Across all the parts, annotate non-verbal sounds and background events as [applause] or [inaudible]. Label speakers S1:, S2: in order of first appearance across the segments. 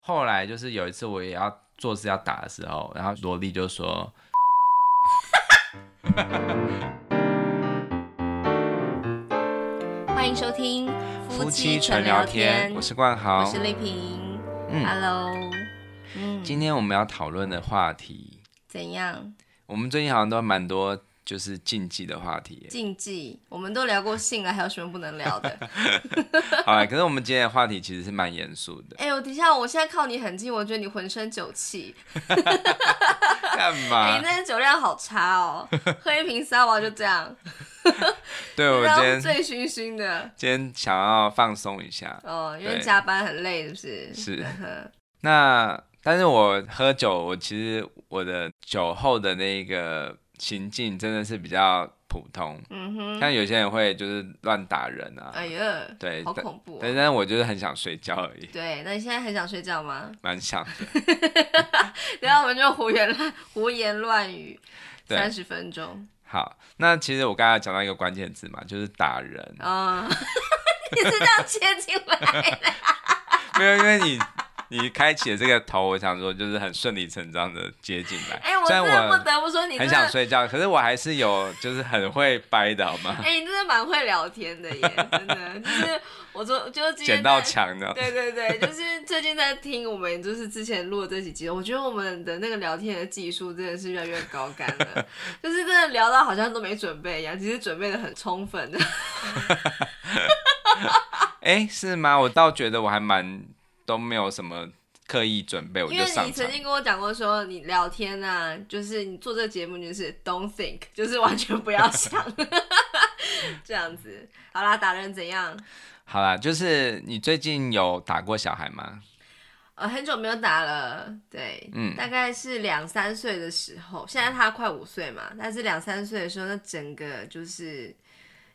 S1: 后来就是有一次我也要做事要打的时候，然后萝莉就说，
S2: 欢迎收听
S1: 我是冠豪，
S2: 我是丽萍、
S1: 嗯
S2: h e l l o 嗯，
S1: 今天我们要讨论的话题，
S2: 怎样？
S1: 我们最近好像都蛮多就是禁忌的话题
S2: [laughs]
S1: 耶，
S2: 禁忌，我们都聊过性了，还有什么不能聊的？
S1: [laughs] 好啦，可是我们今天的话题其实是蛮严肃
S2: [laughs]
S1: 的，
S2: 哎、我等一下，我现在靠你很近，我觉得你浑身酒气，
S1: 干
S2: 哎、
S1: 嘛
S2: 你？那天酒量好
S1: [laughs]
S2: 差哦，喝一瓶沙瓦就这样，
S1: 对我
S2: 然后
S1: 今天
S2: 醉醺醺的，
S1: 今天想要放松一
S2: [laughs]
S1: 下，
S2: 哦，因为
S1: 对
S2: 加班很累，是不是？
S1: 是
S2: 呵
S1: 那但是我喝酒，我其实我的酒后的那个行径真的是比较普通，
S2: 嗯哼，
S1: 像有些人会就是乱打人啊，
S2: 哎呀，
S1: 对，
S2: 好
S1: 但
S2: 恐怖、
S1: 但
S2: 哦。
S1: 但是我就是很想睡觉而已，
S2: 对，那你现在很想睡觉吗？ [laughs]
S1: 蛮想的。
S2: 然后我们就胡言乱胡言乱语
S1: 对
S2: 三十分钟。
S1: 好，那其实我刚才讲到一个关键字嘛，就是打人，
S2: 啊、 [laughs] 你是这样切进来的？
S1: 没有，因为你 [laughs] 你开启了这个头，我想说就是很顺理成章的接进来。
S2: 哎、我
S1: 虽
S2: 真
S1: 然
S2: 的不
S1: 我
S2: 得不说，你真
S1: 很
S2: 的，
S1: 想睡觉，可是我还是有就是很会掰的好
S2: [laughs]
S1: 吗？
S2: 哎、你真的蛮会聊
S1: [laughs]
S2: 天的耶，真的。就是我昨就是今
S1: 捡
S2: 天
S1: 到
S2: 在
S1: 墙的，
S2: [laughs] 对对对，就是最近在听我们就是之前录的这几集，我觉得我们的那个聊天的技术真的是越来越高干了，就是真的聊到好像都没准备一样，其实准备的很充分的。
S1: 哎、是吗？我倒觉得我还蛮都没有什么刻意准备，我
S2: 因
S1: 就
S2: 为
S1: 上
S2: 你
S1: 场
S2: 曾。经跟我讲过说，你聊天啊，就是你做这个节目就是 don't think，就是 [laughs] 完全不要想， [laughs] 这样子。好啦，打人怎样？
S1: 好啦，就是你最近有打过小孩吗？
S2: 呃，很久没有打了，对，
S1: 嗯
S2: 大概是两三岁的时候，现在他快五岁嘛，但是两三岁的时候，那整个就是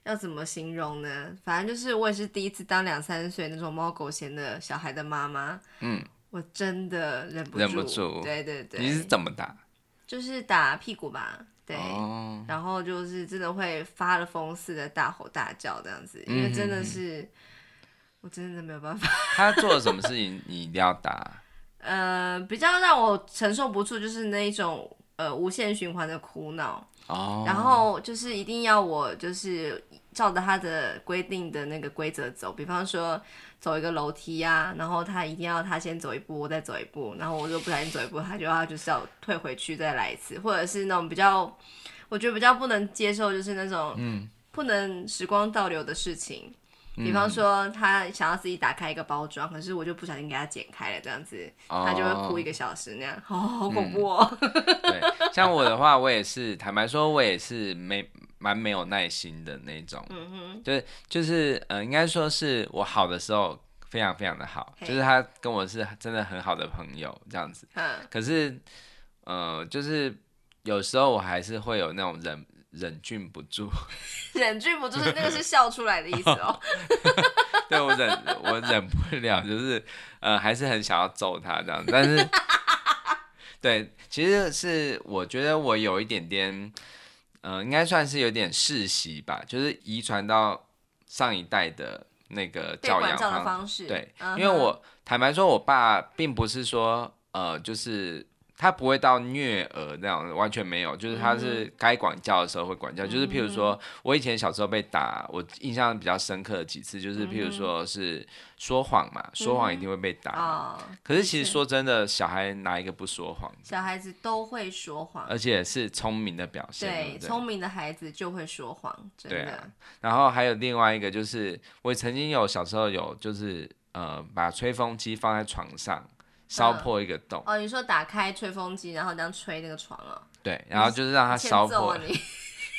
S2: 要怎么形容呢？反正就是我也是第一次当两三岁那种猫狗嫌的小孩的妈妈，
S1: 嗯，
S2: 我真的忍不住，
S1: 忍不住
S2: 对对对，
S1: 你是怎么打？
S2: 就是打屁股吧，对。
S1: 哦，
S2: 然后就是真的会发了疯似的大吼大叫这样子，因为真的是、我真的没有办法。
S1: [laughs] 他做了什么事情你一定要打？
S2: 呃，比较让我承受不住就是那一种呃无限循环的哭闹，
S1: 哦，
S2: 然后就是一定要我就是照着他的规定的那个规则走，比方说走一个楼梯啊，然后他一定要他先走一步，我再走一步，然后我就不小心走一步，他就要就是要退回去再来一次，或者是那种比较，我觉得比较不能接受就是那种
S1: 嗯
S2: 不能时光倒流的事情。
S1: 嗯
S2: 比方说，他想要自己打开一个包装，可是我就不小心给他剪开了，这样子，
S1: 哦嗯
S2: 他就会哭一个小时那样，好好恐怖哦。 [laughs]
S1: 对，像我的话，我也是坦白说，我也是没蛮没有耐心的那种，
S2: 嗯哼，
S1: 就是就是呃，应该说是我好的时候非常非常的好，
S2: 嘿
S1: 就是他跟我是真的很好的朋友这样子。
S2: 嗯，
S1: 可是呃，就是有时候我还是会有那种忍忍俊不住，
S2: 忍俊不住是那个是笑出来的意思哦。
S1: 对我忍我忍不了，就是呃，还是很想要揍他这样，但
S2: [laughs]
S1: 是对，其实是我觉得我有一点点，呃，应该算是有点世袭吧，就是遗传到上一代的那个
S2: 被
S1: 教
S2: 管
S1: 养
S2: 教的
S1: 方
S2: 方式，
S1: 对，
S2: 嗯哼
S1: 因为我坦白说，我爸并不是说呃，就是他不会到虐儿那样，完全没有，就是
S2: 嗯
S1: 他是该管教的时候会管教。就是譬如说，我以前小时候被打，我印象比较深刻的几次，就是
S2: 嗯
S1: 譬如说是说谎嘛，说谎一定会被打嘛。
S2: 哦，
S1: 可是其实
S2: 是
S1: 说真的，小孩哪一个不说谎？
S2: 小孩子都会说谎，
S1: 而且呃是聪明的表现，对
S2: 对，
S1: 不对？
S2: 聪明的孩子就会说谎，真
S1: 对
S2: 的
S1: 啊。然后还有另外一个就是，我曾经有小时候有就是呃，把吹风机放在床上烧
S2: 嗯
S1: 破一个洞，
S2: 哦，你说打开吹风机，然后这样吹那个床哦，
S1: 对，然后就是让它
S2: 欠
S1: 烧
S2: 揍
S1: 破
S2: 啊，你，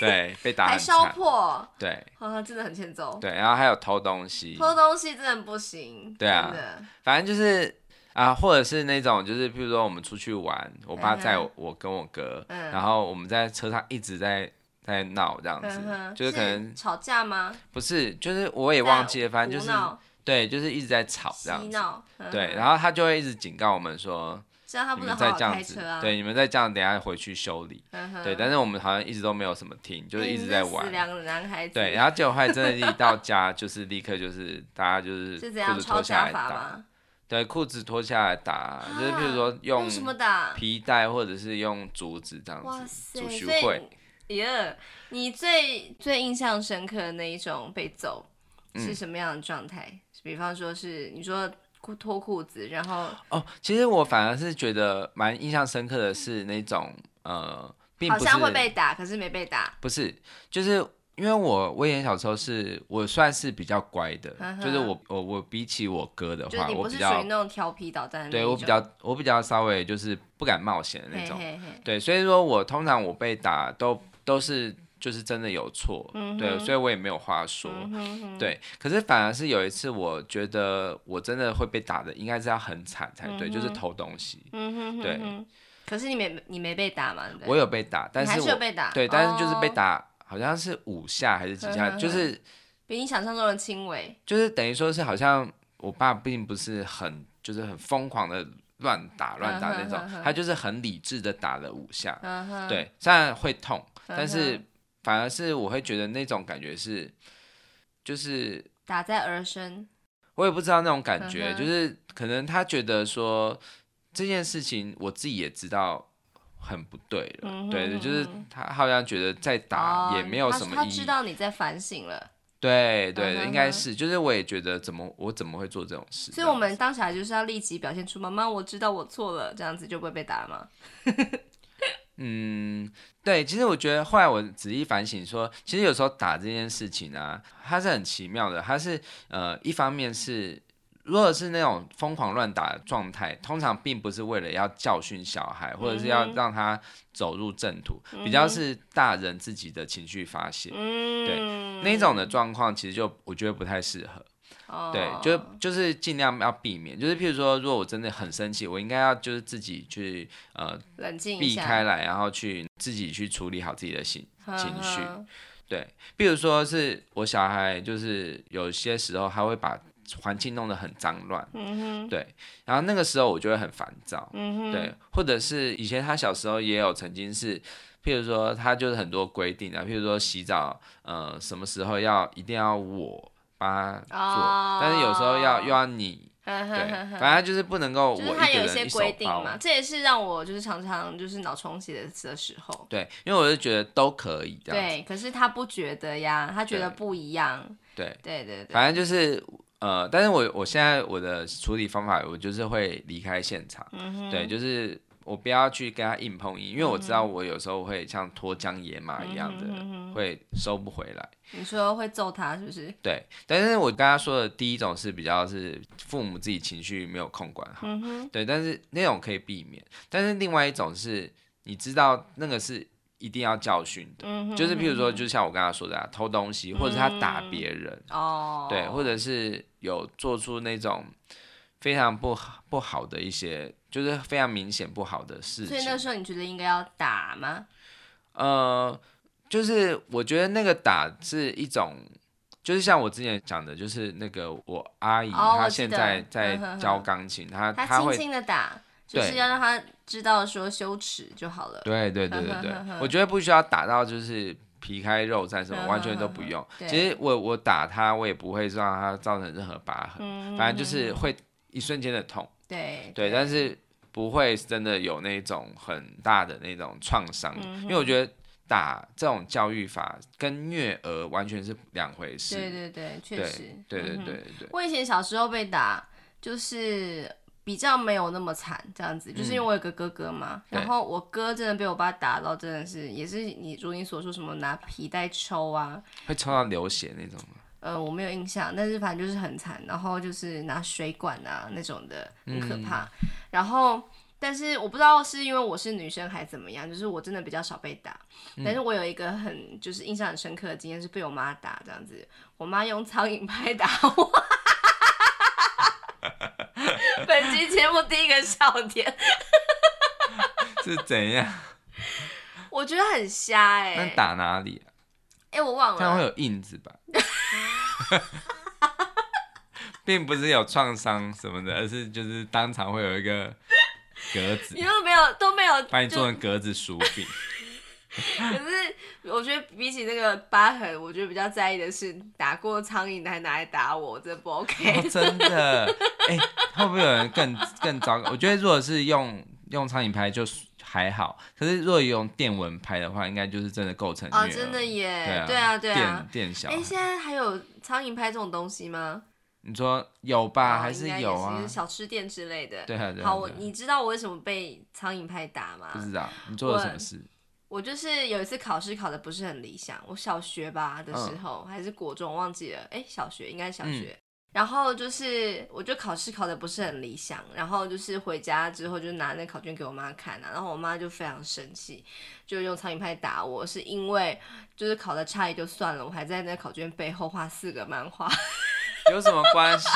S1: 对，
S2: [laughs]
S1: 被打
S2: 还
S1: 很
S2: 烧
S1: 惨，
S2: 破，
S1: 对
S2: 啊，真的很欠揍。
S1: 对，然后还有偷东西，
S2: 偷东西真的不行，
S1: 对啊
S2: 真的
S1: 反正就是啊，或者是那种就是，譬如说我们出去玩，我爸
S2: 嗯哼
S1: 载我我跟我哥，
S2: 嗯
S1: 然后我们在车上一直在在闹这样子
S2: 嗯，哼
S1: 就是可能
S2: 吵架吗？
S1: 不是，就是我也忘记了，反正就
S2: 胡
S1: 是
S2: 闹
S1: 对，就是一直在吵这
S2: 嬉
S1: 样子，
S2: 闹，嗯
S1: 对，
S2: 哼
S1: 然后他就会一直警告我们说。
S2: 这样他
S1: 你
S2: 不能
S1: 们
S2: 好
S1: 再
S2: 好
S1: 这样
S2: 开
S1: 子
S2: 车，啊。
S1: 对，你们再这样，等一下回去修理。
S2: 嗯哎哼，
S1: 对，但是我们好像一直都没有什么听，就是一直在玩
S2: 死。两个男 [laughs] 孩子，
S1: 对，然后结果后来真的一到家，就是立刻就是大家就是
S2: 是
S1: 裤
S2: 怎样
S1: 子
S2: 抄
S1: 脱下
S2: 家
S1: 来
S2: 法
S1: 打。
S2: 吗？啊
S1: 对，裤子脱下来打，啊就是譬如说
S2: 用什么打？
S1: 皮带或者是用竹子这
S2: 哇
S1: 样子，
S2: 塞！
S1: 竹徐
S2: 所
S1: 会。
S2: 以，耶、你最最印象深刻的那一种被揍
S1: 嗯
S2: 是什么样的状态？比方说是你说裤脱裤子，然后
S1: 哦，其实我反而是觉得蛮印象深刻的是那种呃，并
S2: 好
S1: 不是
S2: 像会被打，可是没被打。
S1: 不是，就是因为我我以前小时候是我算是比较乖的，
S2: 嗯哼
S1: 就是我我我比起我哥的
S2: 就是
S1: 话，
S2: 你
S1: 我
S2: 不
S1: 比
S2: 是属于
S1: 较
S2: 那种调皮捣蛋的那一
S1: 对
S2: 种，
S1: 我比较我比较稍微就是不敢冒险的那种，
S2: 嘿嘿嘿
S1: 对，所以说我通常我被打都都是就是真的有错，
S2: 嗯
S1: 对，
S2: 哼
S1: 所以我也没有话说。
S2: 嗯哼哼
S1: 对，可是反而是有一次，我觉得我真的会被打的，应该是要很惨才对，就是偷东西。
S2: 嗯哼哼
S1: 对
S2: 哼可是你没你没被打嘛？对不对
S1: 我有被打，但
S2: 你还
S1: 是
S2: 是有
S1: 我
S2: 被打，
S1: 对，但是就是被
S2: 哦，嗯
S1: 打，好像是五下还是几
S2: 呵
S1: 下，
S2: 呵
S1: 就
S2: 呵
S1: 是
S2: 比你想象中的轻微。
S1: 就是等于说是好像我爸并不是很就是很疯狂的乱打乱打那种
S2: 嗯哼嗯，哼
S1: 他就是很理智的打了五下。
S2: 嗯哼，
S1: 对，虽然会痛，
S2: 嗯
S1: 但是
S2: 哼
S1: 反而是我会觉得那种感觉是，就是
S2: 打在儿身，
S1: 我也不知道那种感觉，
S2: 嗯哼
S1: 就是可能他觉得说这件事情我自己也知道很不对了，
S2: 嗯哼
S1: 对对，
S2: 嗯
S1: 就是
S2: 哼
S1: 他好像觉得再打
S2: 哦
S1: 也没有
S2: 他
S1: 什么
S2: 他
S1: 意义
S2: 知，道你在反省了，
S1: 对对
S2: 嗯
S1: 对，
S2: 哼
S1: 应该
S2: 哼
S1: 是，就是我也觉得怎么我怎么会做这种事，
S2: 所以我们当下就是要立即表现出“妈妈，我知道我错了”，这样子就不会被打嘛。
S1: 嗯，对，其实我觉得后来我仔细反省说，其实有时候打这件事情啊，它是很奇妙的，它是呃，一方面是如果是那种疯狂乱打的状态，通常并不是为了要教训小孩，或者是要
S2: 嗯哼
S1: 让他走入正途，比
S2: 嗯
S1: 较
S2: 哼
S1: 是大人自己的情绪发泄。
S2: 嗯，
S1: 那种的状况其实就我觉得不太适合，
S2: 哦，
S1: 对，就就是尽量要避免。就是譬如说，如果我真的很生气，我应该要就是自己去呃
S2: 冷静一
S1: 避
S2: 下，
S1: 开来，然后去自己去处理好自己的心
S2: 呵
S1: 情绪。
S2: 呵
S1: 对，比如说是我小孩，就是有些时候他会把环境弄得很脏乱，
S2: 嗯哼，
S1: 对，然后那个时候我就会很烦躁，
S2: 嗯哼，
S1: 对，或者是以前他小时候也有曾经是。譬如说，他就是很多规定啊，譬如说洗澡，呃，什么时候要一定要我帮他做，
S2: 哦
S1: 但是有时候要又要你，
S2: 呵
S1: 对
S2: 呵，呵呵。
S1: 反正就是不能够我
S2: 就
S1: 一
S2: 是
S1: 个
S2: 他有一
S1: 人
S2: 些
S1: 一手
S2: 规定
S1: 包。
S2: 嘛，这也是让我就是常常就是脑充血的的时候。
S1: 对，因为我就觉得都可以这样子。
S2: 对，可是他不觉得呀，他觉得
S1: 对
S2: 不一样。
S1: 对，
S2: 对对对，
S1: 反正就是呃，但是我我现在我的处理方法，我就是会离开现场，
S2: 嗯
S1: 对，就是我不要去跟他硬碰硬，因为我知道
S2: 嗯
S1: 我有时候会像脱缰野马一样的，会收不回来。
S2: 你说会揍他是不是？
S1: 对，但是我刚刚说的第一种是比较是父母自己情绪没有控管好，
S2: 嗯哼，
S1: 对，但是那种可以避免，但是另外一种是你知道那个是一定要教训的。
S2: 嗯哼，
S1: 就是譬如说，
S2: 嗯
S1: 就像我刚刚说的、啊，偷东西，或者是他打别人，
S2: 哼哦，
S1: 对，或者是有做出那种非常不好不好的一些，就是非常明显不好的事
S2: 所以那
S1: 情。
S2: 时候你觉得应该要打吗？
S1: 呃，就是我觉得那个打是一种，就是像我之前讲的，就是那个我阿姨、
S2: 哦
S1: 她
S2: 我
S1: 现
S2: 记得
S1: 在在
S2: 嗯哼哼
S1: 教钢琴，她她
S2: 他轻
S1: 会。
S2: 轻的打，就
S1: 对
S2: 是要让他知道说羞耻就好了。
S1: 对对对对对
S2: 嗯哼哼哼，
S1: 我觉得不需要打到就是皮开肉绽什么，
S2: 哼
S1: 完全都
S2: 哼
S1: 不
S2: 哼
S1: 用。
S2: 对
S1: 其实我我打他，我也不会让他造成任何疤痕，
S2: 嗯
S1: 反正就是会一瞬间的痛。
S2: 对
S1: 对，但是不会真的有那种很大的那种创伤，
S2: 嗯
S1: 因为我觉得打这种教育法跟虐儿完全是两回事。
S2: 对对对，确
S1: 对
S2: 实，
S1: 对对
S2: 嗯哼
S1: 对对对
S2: 我以前小时候被打，就是比较没有那么惨，这样子，就是因为我有个哥哥嘛，
S1: 嗯对
S2: 然后我哥真的被我爸打到，真的是也是你如你所说什么拿皮带抽啊，
S1: 会抽到流血那种吗。
S2: 呃，我没有印象，但是反正就是很惨，然后就是拿水管啊那种的，很可怕。
S1: 嗯
S2: 然后，但是我不知道是因为我是女生还怎么样，就是我真的比较少被打。
S1: 嗯
S2: 但是我有一个很就是印象很深刻的经验是被我妈打这样子，我妈用苍蝇拍打我。 [laughs] 本期节目第一个笑点，
S1: [laughs] 是怎样？
S2: 我觉得很瞎哎、
S1: 那打哪里、啊？
S2: 哎、我忘
S1: 当然会
S2: 了，
S1: 有印子吧， [laughs] 并不是有创伤什么的，而是就是当场会有一个格子
S2: 你，都没有都没有，
S1: 把你
S2: 就
S1: 做成格子薯饼。
S2: 可是我觉得比起那个疤痕，我觉得比较在意的是打过苍蝇的还拿来打我，这
S1: [laughs]
S2: 不 OK。 [laughs]
S1: 哦真的，哎、会不会有人更更糟糕？我觉得如果是用用苍蝇拍就还好，可是如果用电蚊拍的话，应该就是真的构成虐
S2: 哦，
S1: 儿。
S2: 真的耶，对
S1: 对
S2: 啊，
S1: 啊，
S2: 对啊。
S1: 电电小
S2: 哎、
S1: 孩。
S2: 现在还有苍蝇拍这种东西吗？
S1: 你说有吧？
S2: 哦
S1: 还
S2: 应
S1: 是
S2: 该也
S1: 有啊
S2: 就是？小吃店之类的。
S1: 对啊，对啊。
S2: 好，我啊
S1: 对啊
S2: 你知道我为什么被苍蝇拍打吗？
S1: 不知道你做了什
S2: 我
S1: 么事？
S2: 我就是有一次考试考的不是很理想，我小学吧的
S1: 嗯
S2: 时候、还是国中忘记了，哎、小学应该是小学。然后就是，我就考试考的不是很理想，然后就是回家之后就拿那考卷给我妈看啊，然后我妈就非常生气，就用苍蝇拍打我，是因为就是考的差也就算了，我还在那考卷背后画四个漫画， [laughs]
S1: 有什么关系？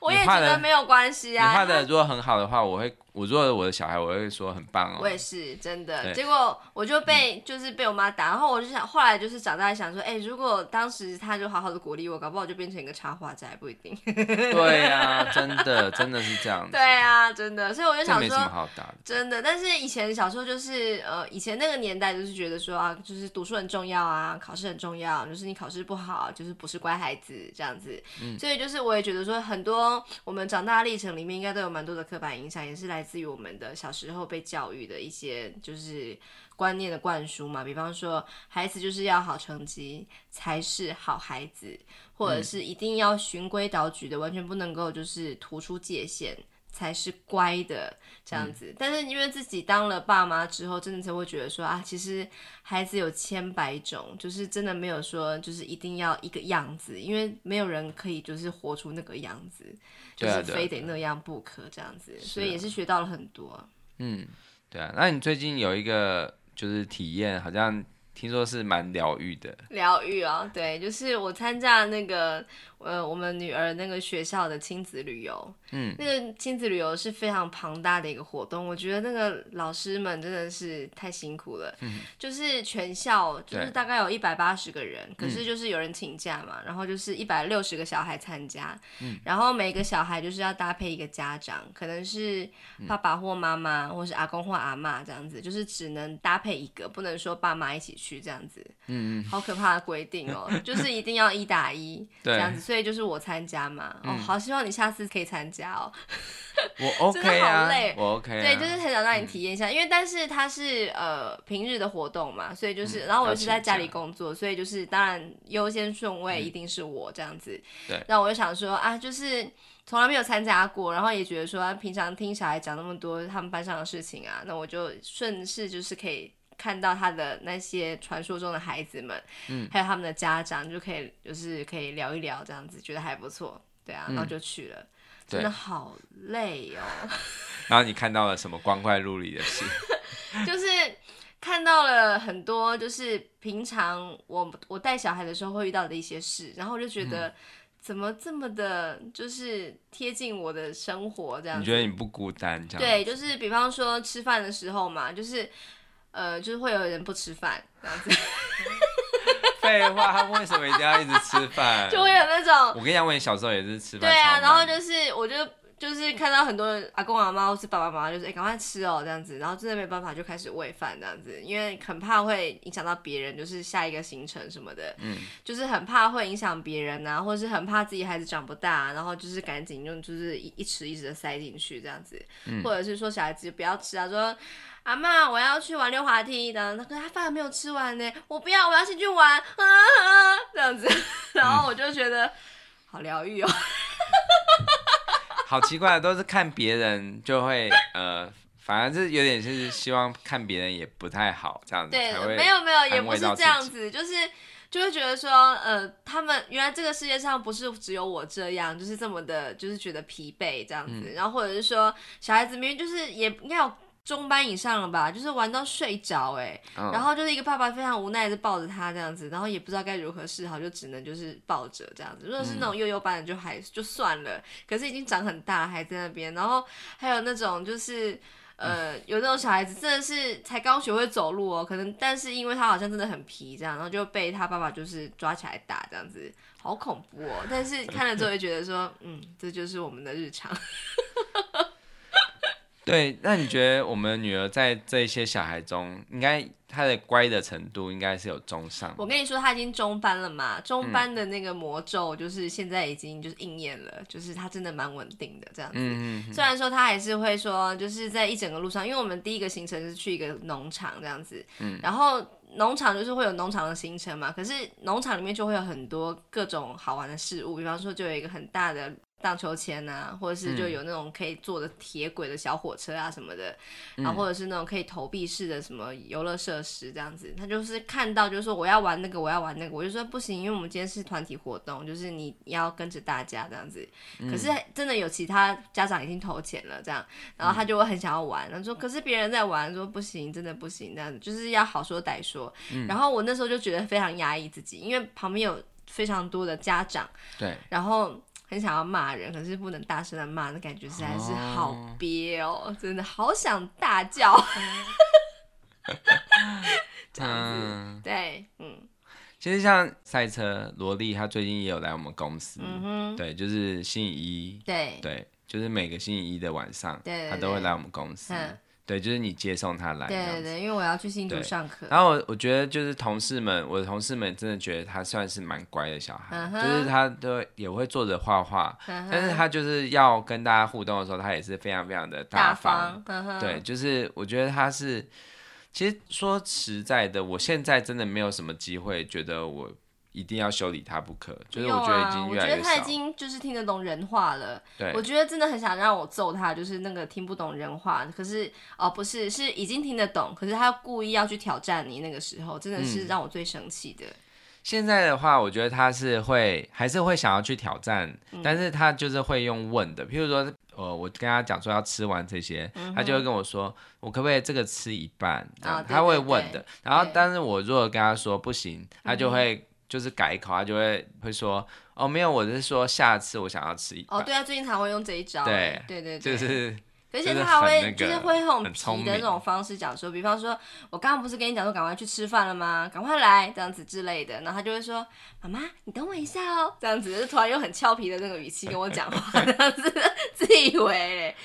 S2: 我也
S1: 你画
S2: 觉
S1: 的
S2: 得没有关系
S1: 你
S2: 啊。
S1: 画的如果很好的话，我会，我如果我的小孩，我会说很棒哦。
S2: 我也是真的，
S1: 对
S2: 结果我就被就是被我妈打，然后我就想，后来就是长大想说，哎、如果当时她就好好的鼓励我，搞不好我就变成一个插画家也不一
S1: [laughs]
S2: 定。
S1: 对呀、真的真的是这样子。
S2: 对，啊，真的，所以我就
S1: 这
S2: 想
S1: 没什么
S2: 说，
S1: 好打的。
S2: 真的，但是以前小时候就是呃，以前那个年代就是觉得说啊，就是读书很重要啊，考试很重要，就是你考试不好，就是不是乖孩子这样子。所以就是我也觉得说，很多我们长大的历程里面，应该都有蛮多的刻板印象，也是来自于我们的小时候被教育的一些就是观念的灌输嘛。比方说，孩子就是要好成绩才是好孩子，或者是一定要循规蹈矩的，完全不能够就是突出界限。才是乖的
S1: 嗯
S2: 这样子，但是因为自己当了爸妈之后，真的才会觉得说啊，其实孩子有千百种，就是真的没有说就是一定要一个样子，因为没有人可以就是活出那个样子，就
S1: 对啊
S2: 是
S1: 对啊
S2: 非
S1: 对
S2: 得那样不可这样子，所
S1: 啊
S2: 以也是学到了很多。
S1: 嗯，对啊。那你最近有一个就是体验，好像听说是蛮疗愈的。
S2: 疗愈啊，对，就是我参加那个呃我们女儿那个学校的亲子旅游，
S1: 嗯，
S2: 那个亲子旅游是非常庞大的一个活动，我觉得那个老师们真的是太辛苦了，就是全校就是
S1: 嗯对嗯
S2: 大概有一百八十个人，可是就是有人请假嘛，然后就是一百六十个小孩参加，
S1: 嗯
S2: 然后每个小孩就是要搭配一个家长，可能是
S1: 嗯
S2: 爸爸或妈妈，或是阿公或阿妈这样子，就是只能搭配一个，不能说爸妈一起去这样子。嗯嗯，好可怕的规定哦，就是一定要一打一
S1: [laughs] 对
S2: 这样子，所以就是我参加嘛。哦，好希望你下次可以参加哦。
S1: 我 OK
S2: 好
S1: 啊
S2: 累，
S1: 我 OK 啊。
S2: 对，就是很想让你体验一下，因为但是它是呃平日的活动嘛，所以
S1: 嗯
S2: 就是，然后我又是在家里工作，所以就是当然优先顺位一定是我这样子。
S1: 嗯对
S2: 然后我就想说啊，就是从来没有参加过，然后也觉得说、啊平常听小孩讲那么多他们班上的事情啊，那我就顺势就是可以。看到他的那些传说中的孩子们，嗯，还有他们的家长，就可以就是可以聊一聊这样子，觉得还不错，对啊，然后就去了，
S1: 嗯对
S2: 真的好累哦。
S1: 然后你看到了什么光怪陆离的事？
S2: 就是看到了很多，就是平常我我带小孩的时候会遇到的一些事，然后我就觉
S1: 嗯
S2: 得、怎么这么的，就是贴近我的生活这样
S1: 你
S2: 子。
S1: 觉得你不孤单这样？
S2: 对，就是比方说吃饭的时候嘛，就是呃，就是会有人不吃饭这样
S1: [laughs]
S2: 子，
S1: 废话，他们为什么一定要一直吃饭？
S2: [laughs] 就会有那种
S1: 我跟你讲，我小时候也是吃
S2: 对
S1: 饭。
S2: 啊，然后。就是我就。就是看到很多阿公阿妈或是爸爸妈妈，就是哎赶、快吃哦这样子，然后真的没办法就开始喂饭这样子，因为很怕会影响到别人，就是下一个行程什么的。
S1: 嗯，
S2: 就是很怕会影响别人呐、或者是很怕自己孩子长不大、然后就是赶紧用就是一一匙一匙的塞进去这样子，
S1: 嗯
S2: 或者是说小孩子不要吃啊，说阿妈我要去玩溜滑梯，然后可是他饭还没有吃完呢，我不要，我要先去玩，啊啊这样子， [laughs] 然后我就觉得。好疗愈哦，
S1: 好奇怪，都是看别人就会呃，反而是有点是希望看别人也不太好这样子
S2: 对
S1: 才，会
S2: 没有没有，也
S1: 安
S2: 不
S1: 慰
S2: 是
S1: 到
S2: 这样
S1: 自己
S2: 子，就是就会觉得说，呃，他们原来这个世界上不是只有我这样，就是这么的，就是觉得疲惫这样子，
S1: 嗯
S2: 然后或者是说小孩子明明就是也应该有中班以上了吧，就是玩到睡着哎、
S1: 嗯
S2: 然后就是一个爸爸非常无奈的抱着他这样子，然后也不知道该如何是好，就只能就是抱着这样子。如果是
S1: 嗯
S2: 那种幼幼班的就还就算了，可是已经长很大还在那边，然后还有那种就是。呃，有那种小孩子真的是才刚学会走路哦，可能但是因为他好像真的很皮这样，然后就被他爸爸就是抓起来打这样子，好恐怖哦。但是看了之后也觉得说，嗯，这就是我们的日常。 [laughs]
S1: 对，那你觉得我们女儿在这些小孩中，应该他的乖的程度应该是有中上。
S2: 我跟你说，他已经中班了嘛，中班的那个魔咒就是现在已经就是应验了，就是他真的蛮稳定的这样子。
S1: 嗯嗯
S2: 虽然说他还是会说，就是在一整个路上，因为我们第一个行程是去一个农场这样子，然后农场就是会有农场的行程嘛，可是农场里面就会有很多各种好玩的事物，比方说就有一个很大的荡秋千啊，或者是就有那种可以坐的铁轨的小火车啊什么的，然后或者是那种可以投币式的什么游乐设施这样子，他就是看到就是说我要玩那个，我要玩那个，我就说不行，因为我们今天是团体活动，就是你要跟着大家这样子。可是真的有其他家长已经投钱了这样，然后他就会很想要玩，他说可是别人在玩，说不行，真的不行这样子，就是要好说歹说。然后我那时候就觉得非常压抑自己，因为旁边有非常多的家长。
S1: 对，
S2: 然后很想要骂人，可是不能大声的骂，那感觉实在是好憋哦，真的好想大叫。这样子，
S1: 嗯，
S2: 对，嗯
S1: 其实像赛车萝莉，她最近也有来我们公司，
S2: 嗯哼，
S1: 对，就是星期一，
S2: 对，
S1: 对，就是每个星期一的晚上，
S2: 对对
S1: 她都会来我们公司
S2: 嗯，
S1: 对，就是你接送她来这
S2: 对
S1: 样
S2: 对
S1: 子。
S2: 对，因为我要去新竹
S1: 对
S2: 上课。
S1: 然后我我觉得就是同事们，我的同事们真的觉得他算是蛮乖的小孩，
S2: 嗯哼
S1: 就是他都也会坐着画画，
S2: 嗯哼
S1: 但是他就是要跟大家互动的时候，他也是非常非常的
S2: 大
S1: 方。
S2: 方，嗯哼，
S1: 对，，就是我觉得他是，其实说实在的，我现在真的没有什么机会觉得我一定要修理他不可，就是我觉得已经越来
S2: 啊我觉得
S1: 越
S2: 他已
S1: 少。
S2: 经就是听得懂人话了。
S1: 对
S2: 我觉得真的很想让我揍他，就是那个听不懂人话，可是哦不是，是已经听得懂，可是他故意要去挑战你，那个时候真的
S1: 嗯
S2: 是让我最生气的。
S1: 现在的话，我觉得他是会还是会想要去挑战，但
S2: 嗯
S1: 是他就是会用问的，譬如说，呃，我跟他讲说要吃完这些，他就会跟我说，我可不可以这个吃一半？这样
S2: 啊嗯对
S1: 他会问的。然后
S2: 对，嗯
S1: 但是我如果跟他说不行，他就会就是改口，他就会会说，哦，没有，我是说下次我想要吃一半，
S2: 哦，对啊，最近常会用这一招，
S1: 对
S2: 哎对对对，
S1: 就是
S2: 而且
S1: 就是
S2: 他还
S1: 很
S2: 会
S1: 那
S2: 就是
S1: 个
S2: 会用
S1: 很
S2: 皮
S1: 聪
S2: 的那
S1: 明
S2: 种方式讲说，比方说，我刚刚不是跟你讲说赶快去吃饭了吗？赶快来这样子之类的，然后他就会说，妈妈，你等我一下哦，这样子，就是突然用很俏皮的那个语气跟我讲话，这样子自以为嘞，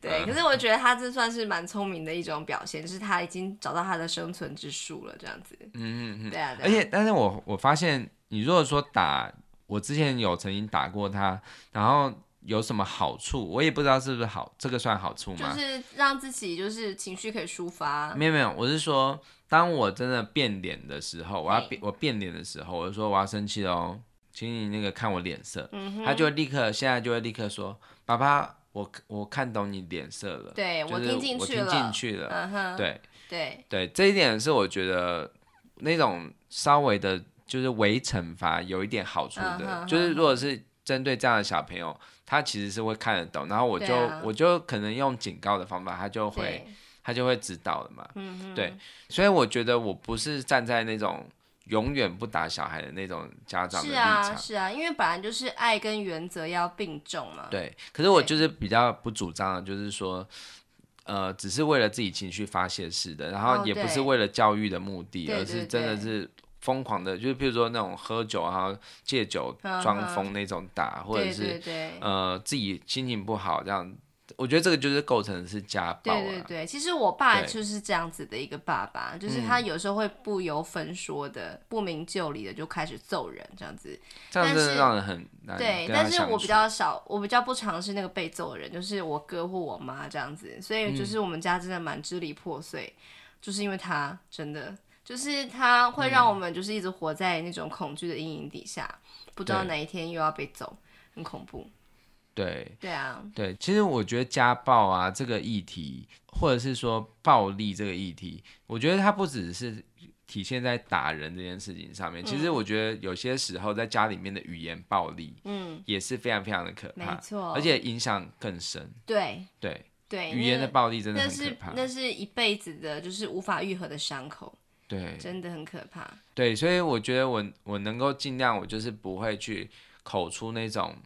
S2: 对。可是
S1: 嗯
S2: 我觉得他这算是蛮聪明的一种表现，就是他已经找到他的生存之术了，这样子。
S1: 嗯嗯嗯。
S2: 对啊，对啊
S1: 而且，但是我我发现，你如果说打，我之前有曾经打过他，然后有什么好处，我也不知道是不是好，这个算好处
S2: 就
S1: 吗？
S2: 是让自己就是情绪可以抒发，
S1: 没有没有，我是说，当我真的变脸的时候，我要
S2: 嘿
S1: 变我变脸的时候，我就说我要生气喽，请你那个看我脸色，
S2: 嗯哼，
S1: 他就会立刻现在就会立刻说，爸爸，我我看懂你脸色了，
S2: 对
S1: 就是
S2: 听进
S1: 我
S2: 去
S1: 听
S2: 了，
S1: 进去了，
S2: 嗯哼，
S1: 对。
S2: 对
S1: 对，这一点是我觉得那种稍微的，就是微惩罚有一点好处的，
S2: 嗯哼
S1: 就是如果是针对这样的小朋友，他其实是会看得懂，然后我就、
S2: 对啊
S1: 我就可能用警告的方法，他就会
S2: 对，
S1: 他就会知道了嘛。
S2: 嗯哼，
S1: 对，所以我觉得我不是站在那种永远不打小孩的那种家长的
S2: 是
S1: 立
S2: 啊，
S1: 场。
S2: 是啊，因为本来就是爱跟原则要并重嘛。
S1: 对，可是我
S2: 啊对
S1: 就是比较不主张的，就是说，呃，只是为了自己情绪发泄似的，然
S2: 哦
S1: 后也不是
S2: 对
S1: 为了教育的目的，
S2: 对
S1: 而
S2: 对
S1: 是真的
S2: 对
S1: 是疯狂的，就是比如说那种喝酒啊然后借酒
S2: 嗯
S1: 装
S2: 嗯
S1: 疯那种打，或者
S2: 对
S1: 是
S2: 对对。
S1: 呃自己心情不好这样，我觉得这个就是构成是家暴啊
S2: 对对
S1: 了。
S2: 对，其实我爸
S1: 对嗯
S2: 就是这样子的一个爸爸，就是他有时候会不由分说的、不明就里的就开始揍人这样子。
S1: 这样
S2: 但
S1: 真的
S2: 是
S1: 让人很难
S2: 对，
S1: 哎跟他
S2: 但是
S1: 相
S2: 我比
S1: 处
S2: 较少，我比较不尝试那个被揍的人，就是我哥或我妈这样子，所
S1: 嗯
S2: 以就是我们家真的蛮支离破碎，就是因为他真的就是他会让
S1: 嗯
S2: 我们就是一直活在那种恐惧的阴影底下，不知道
S1: 对
S2: 哪一天又要被揍，很恐怖。
S1: 对
S2: 对啊，
S1: 对，其实我觉得家暴啊这个议题，或者是说暴力这个议题，我觉得它不只是体现在打人这件事情上面。其实我觉得有些时候在家里面的语言暴力
S2: 嗯，
S1: 也是非常非常的可
S2: 没
S1: 怕，
S2: 错，
S1: 而且影响更深。
S2: 对
S1: 对，
S2: 对，
S1: 语言的
S2: 那
S1: 暴力真的
S2: 那
S1: 很
S2: 是
S1: 可怕。
S2: 那是一辈子的，就是无法愈合的伤口，
S1: 对
S2: 真的很可怕。
S1: 对，所以我觉得我我能够尽量，我就是不会去口出那种。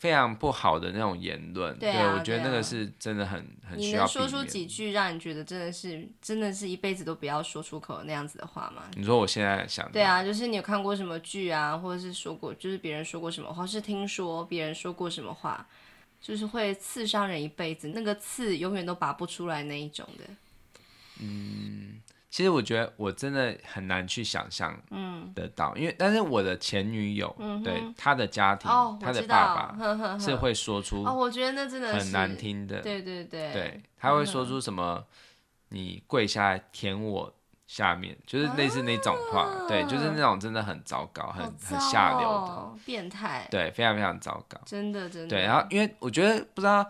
S1: 非常不好的那种言论，
S2: 对啊
S1: 我觉得
S2: 对
S1: 那
S2: 啊
S1: 个是真的很很
S2: 你
S1: 需要
S2: 能
S1: 避免
S2: 说出几句让你觉得真的是真的是一辈子都不要说出口的那样子的话吗？
S1: 你说我现在想
S2: 对
S1: 到
S2: 啊，就是你有看过什么剧啊，或者是说过，就是别人说过什么话，或是听说别人说过什么话，就是会刺伤人一辈子，那个刺永远都拔不出来那一种的。
S1: 其实我觉得我真的很难去想象
S2: 嗯，
S1: 得到，因为但是我的前女友，
S2: 嗯哼
S1: 对她的家庭，
S2: 哦，
S1: 她
S2: 我
S1: 的
S2: 知
S1: 爸
S2: 道，
S1: 爸
S2: 呵呵呵
S1: 是会说出
S2: 哦，我觉得那真的是
S1: 很难，听的，
S2: 对嗯对对，
S1: 对，他会说出什么“你跪下来舔我下面”，就是类似那种话，对，就是那种真的很糟糕，很
S2: 啊好糟
S1: 很下流的，
S2: 哦，变态，
S1: 对，非常非常糟糕。
S2: 真的真的，
S1: 对，然后因为我觉得不知道，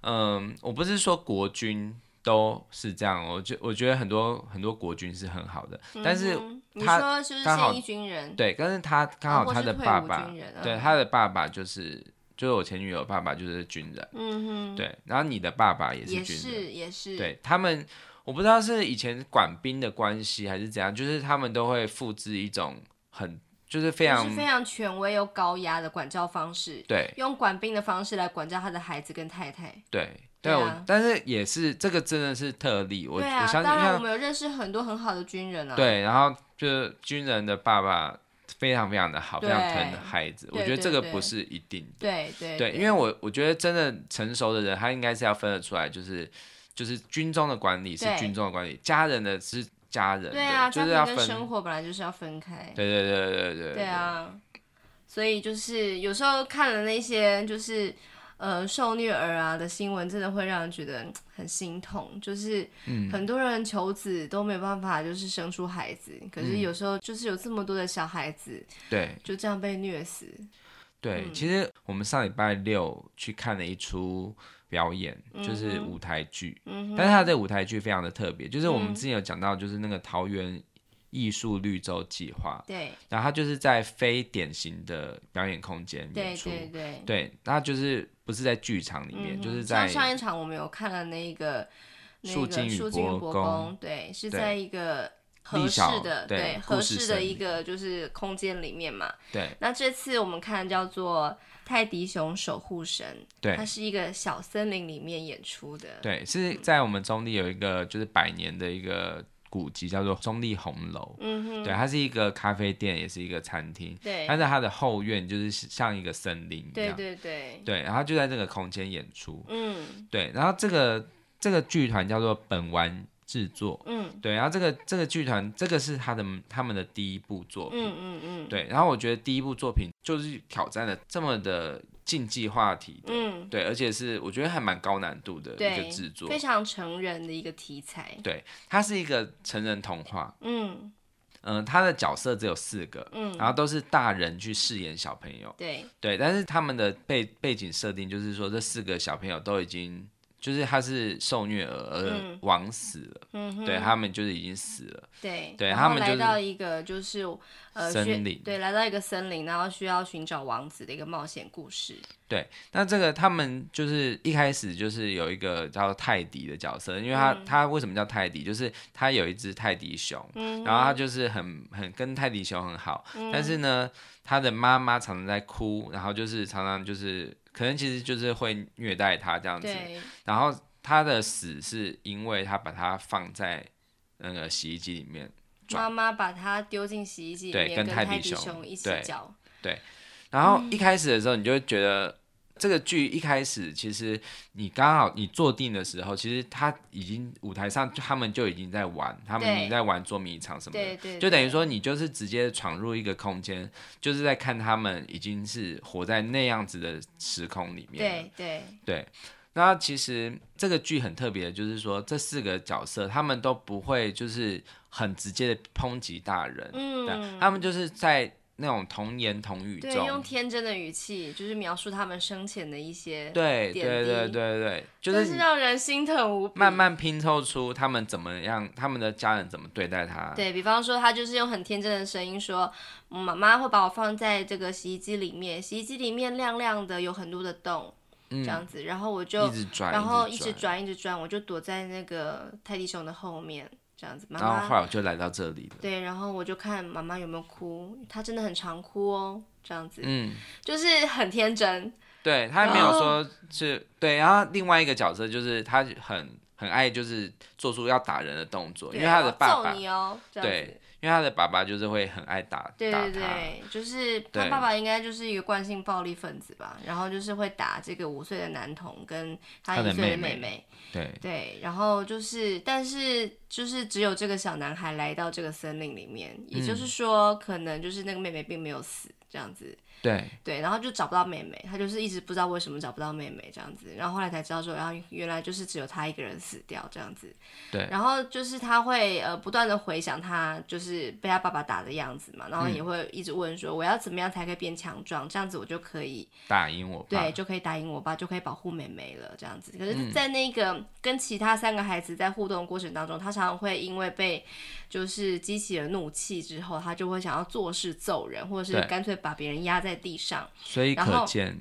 S1: 嗯，我不是说国军都是这样哦，我觉我觉得很多很多国军是很好的，但是
S2: 嗯哼你
S1: 他
S2: 说就是
S1: 刚好
S2: 现役军人，
S1: 对，但是他刚好
S2: 哦或
S1: 他
S2: 是
S1: 的
S2: 退
S1: 爸
S2: 伍
S1: 爸
S2: 军，人
S1: 对
S2: 嗯
S1: 他的爸爸就是就是我前女友的爸爸就是军人，
S2: 嗯哼，
S1: 对，然后你的爸爸也是
S2: 也
S1: 军人，
S2: 是也是，
S1: 对他们，我不知道是以前管兵的关系还是怎样，就是他们都会复制一种很就是非
S2: 就
S1: 常
S2: 是非常权威又高压的管教方式，
S1: 对
S2: 用管兵的方式来管教他的孩子跟太太。
S1: 对。
S2: 对
S1: 对，我
S2: 啊
S1: 但是也是这个真的是特例，我、
S2: 对啊
S1: 我，相信
S2: 当然
S1: 像
S2: 我们有认识很多很好的军人啊。
S1: 对，然后就是军人的爸爸非常非常的好，非常疼
S2: 对
S1: 孩子。我
S2: 对
S1: 觉得
S2: 对
S1: 这个
S2: 对
S1: 不是一定的，
S2: 对对
S1: 对，因为我我觉得真的成熟的人，他应该是要分得出来，就是就是军中的管理是
S2: 对
S1: 军中的管理，家人的是家人的，
S2: 对啊，
S1: 就是
S2: 家庭
S1: 要分
S2: 跟。生活本来就是要分开。
S1: 对对对对对
S2: 对，啊，所以就是有时候看了那些就是呃受虐儿啊的新闻，真的会让人觉得嗯很心痛。就是
S1: 嗯
S2: 很多人求子都没有办法，就是生出孩子，
S1: 嗯
S2: 可是有时候就是有这么多的小孩子
S1: 对
S2: 就这样被虐死。
S1: 对，
S2: 嗯
S1: 其实我们上礼拜六去看了一出表演，就是舞台剧，
S2: 嗯
S1: 但是它的舞台剧非常的特别，就是我们之前有讲到，就是那个桃园艺术绿洲计划，
S2: 对
S1: 然后它就是在非典型的表演空间演
S2: 对
S1: 出，
S2: 对对。
S1: 对，它就是不是在剧场里面，
S2: 嗯
S1: 就是
S2: 哼
S1: 在
S2: 像上一场我们有看了那个那
S1: 树
S2: 个
S1: 精与
S2: 树精
S1: 伯
S2: 与伯
S1: 公
S2: 公，对，是
S1: 对
S2: 在一个合
S1: 立
S2: 适
S1: 小
S2: 的
S1: 对
S2: 对
S1: 故
S2: 合
S1: 事
S2: 适的
S1: 森
S2: 一
S1: 林
S2: 个就是空间里面嘛。
S1: 对
S2: 那这次我们看叫做《泰迪熊守护神》，它
S1: 对
S2: 是一个小森林里面演出的。
S1: 对，是在我们中立有一个就是百年的一个古迹，叫做中立红楼。
S2: 嗯哼，
S1: 对，它是一个咖啡店，也是一个餐厅，
S2: 对
S1: 但是它的后院就是像一个森林一样，
S2: 对对对，
S1: 对然后就在这个空间演出，
S2: 嗯
S1: 对，然后这个这个剧团叫做本丸制作，
S2: 嗯
S1: 对，然后这个这个剧团这个是他的他们的第一部作
S2: 嗯
S1: 品，
S2: 嗯嗯，
S1: 对，然后我觉得第一部作品就是挑战了这么的竞技话题的，
S2: 嗯，
S1: 对，而且是我觉得还蛮高难度的一个
S2: 对
S1: 制作
S2: 非，常成人的一个题材。
S1: 它是一个成人童话，
S2: 嗯
S1: 嗯、它的角色只有四个。然
S2: 嗯，
S1: 后都是大人去饰演小朋友，
S2: 对
S1: 对，但是他们的背背景设定就是说，这四个小朋友都已经就是他是受虐儿而
S2: 嗯
S1: 枉死了，
S2: 嗯哼，
S1: 对他们就是已经死了，
S2: 对
S1: 对
S2: 然
S1: 他
S2: 后
S1: 们
S2: 来
S1: 就是
S2: 到一个就是呃
S1: 森
S2: 需
S1: 林
S2: 对，来到一个森林，然后需要寻找王子的一个冒险故事。
S1: 对。那这个他们就是一开始就是有一个叫泰迪的角色，因为他、他为什么叫泰迪，就是他有一只泰迪熊，
S2: 嗯
S1: 然后他就是很很跟泰迪熊很好，但是呢，他的妈妈常常在哭，然后就是常常就是可能其实就是会虐待他这样子，
S2: 对，
S1: 然后他的死是因为他把它放在那个洗衣机里面，
S2: 妈妈把它丢进洗衣机里
S1: 对
S2: 面，
S1: 跟
S2: 跟
S1: 泰迪
S2: 迪
S1: 熊
S2: 熊一起
S1: 对
S2: 搅。
S1: 然后一开始的时候，你就会觉得这个剧一开始其实你刚好你坐定的时候，其实他已经舞台上就他们就已经在玩，他们
S2: 对
S1: 已经在玩捉迷藏什么
S2: 对
S1: 的。
S2: 对，
S1: 就等于
S2: 对
S1: 说，你就是直接闯入一个空间，就是在看他们已经是活在那样子的时空里面了。
S2: 对对，
S1: 对，那其实这个剧很特别，就是说这四个角色他们都不会就是很直接的抨击大人，对，
S2: 嗯，
S1: 他们就是在那种童言童语
S2: 对，用
S1: 中，
S2: 天真的语气，就是描述他们生前的一些，
S1: 对对
S2: 点
S1: 对对对
S2: 滴
S1: 对，就
S2: 真
S1: 是
S2: 是
S1: 你
S2: 让人心疼无比。
S1: 慢慢拼凑出他们怎么样，他们的家人怎么对待他，
S2: 对比方说，他就是用很天真的声音说：“嗯妈妈会把我放在这个洗衣机里面，洗衣机里面亮亮的，有很多的洞，这样子。然后我就
S1: 嗯一，直转，
S2: 然后
S1: 一
S2: 一直
S1: 转，
S2: 转，一直转，我就躲在那个泰迪熊的后面，这样子。妈
S1: 然后
S2: 妈
S1: 后来我就来到这里了，
S2: 对，然后我就看妈妈有没有哭，她真的很常哭哦，这样子，
S1: 嗯。
S2: 就是很天真。
S1: 对他也没有
S2: 然后
S1: 说是对，然后另外一个角色就是他很很爱就是做出要打人的动作，因为
S2: 对
S1: 他
S2: 我
S1: 的
S2: 要
S1: 爸
S2: 揍
S1: 爸
S2: 你哦，这样
S1: 对
S2: 子，
S1: 因为他的爸爸就是会很爱打
S2: 对
S1: 打
S2: 对
S1: 他，
S2: 对，就是他
S1: 对
S2: 爸爸应该就是一个惯性暴力分子吧，然后就是会打这个五岁的男童跟他
S1: 他的
S2: 一岁的
S1: 妹
S2: 妹
S1: 妹对
S2: 对，然后就是，但是就是只有这个小男孩来到这个森林里面，也就是
S1: 嗯
S2: 说，可能就是那个妹妹并没有死这样子，
S1: 对
S2: 对，然后就找不到妹妹，他就是一直不知道为什么找不到妹妹这样子，然后后来才知道说，然后原来就是只有他一个人死掉这样子，
S1: 对
S2: 然后就是他会呃不断的回想他就是被他爸爸打的样子嘛，然
S1: 嗯
S2: 后也会一直问说，我要怎么样才可以变强壮，这样子我就可以
S1: 打赢我爸
S2: 对，，就可以打赢我爸，就可以保护妹妹了，这样子。可
S1: 嗯
S2: 是，在那个跟其他三个孩子在互动的过程当中，他常常会因为被就是激起了怒气之后，他就会想要做事揍人，或者是
S1: 对
S2: 干脆把别人压在地上。
S1: 所以
S2: 然
S1: 可
S2: 后
S1: 见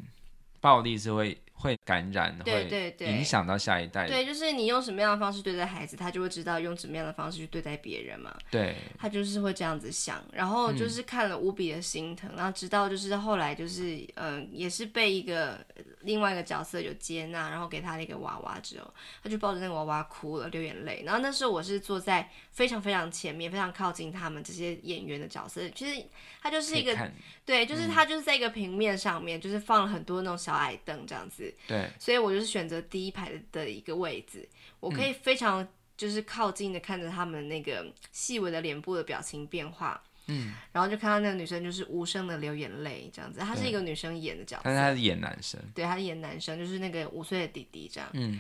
S1: 暴力是会会感染，
S2: 对
S1: 会
S2: 对对
S1: 影响到下一代，
S2: 对，就是你用什么样的方式对待孩子，他就会知道用什么样的方式去对待别人嘛。
S1: 对嗯
S2: 他就是会这样子想，然后就是看了无比的心疼，然后直到就是后来就是嗯、呃也是被一个另外一个角色有接纳，然后给他了一个娃娃之后，他就抱着那个娃娃哭了，流眼泪。然后那时候我是坐在非常非常前面，非常靠近他们这些演员的角色，其实他就是一
S1: 可以
S2: 个
S1: 看嗯
S2: 对，就是他就是在一个平面上面，就是放了很多那种小矮凳这样子，
S1: 对
S2: 所以我就是选择第一排的的一个位置，我可以
S1: 嗯
S2: 非常就是靠近的看着他们那个细微的脸部的表情变化，嗯，然后就看到那个女生就是无声的流眼泪这样子，她是一个女生演的角
S1: 但是他
S2: 色，
S1: 是演男生，
S2: 对，她是演男生，就是那个五岁的弟弟这样，
S1: 嗯，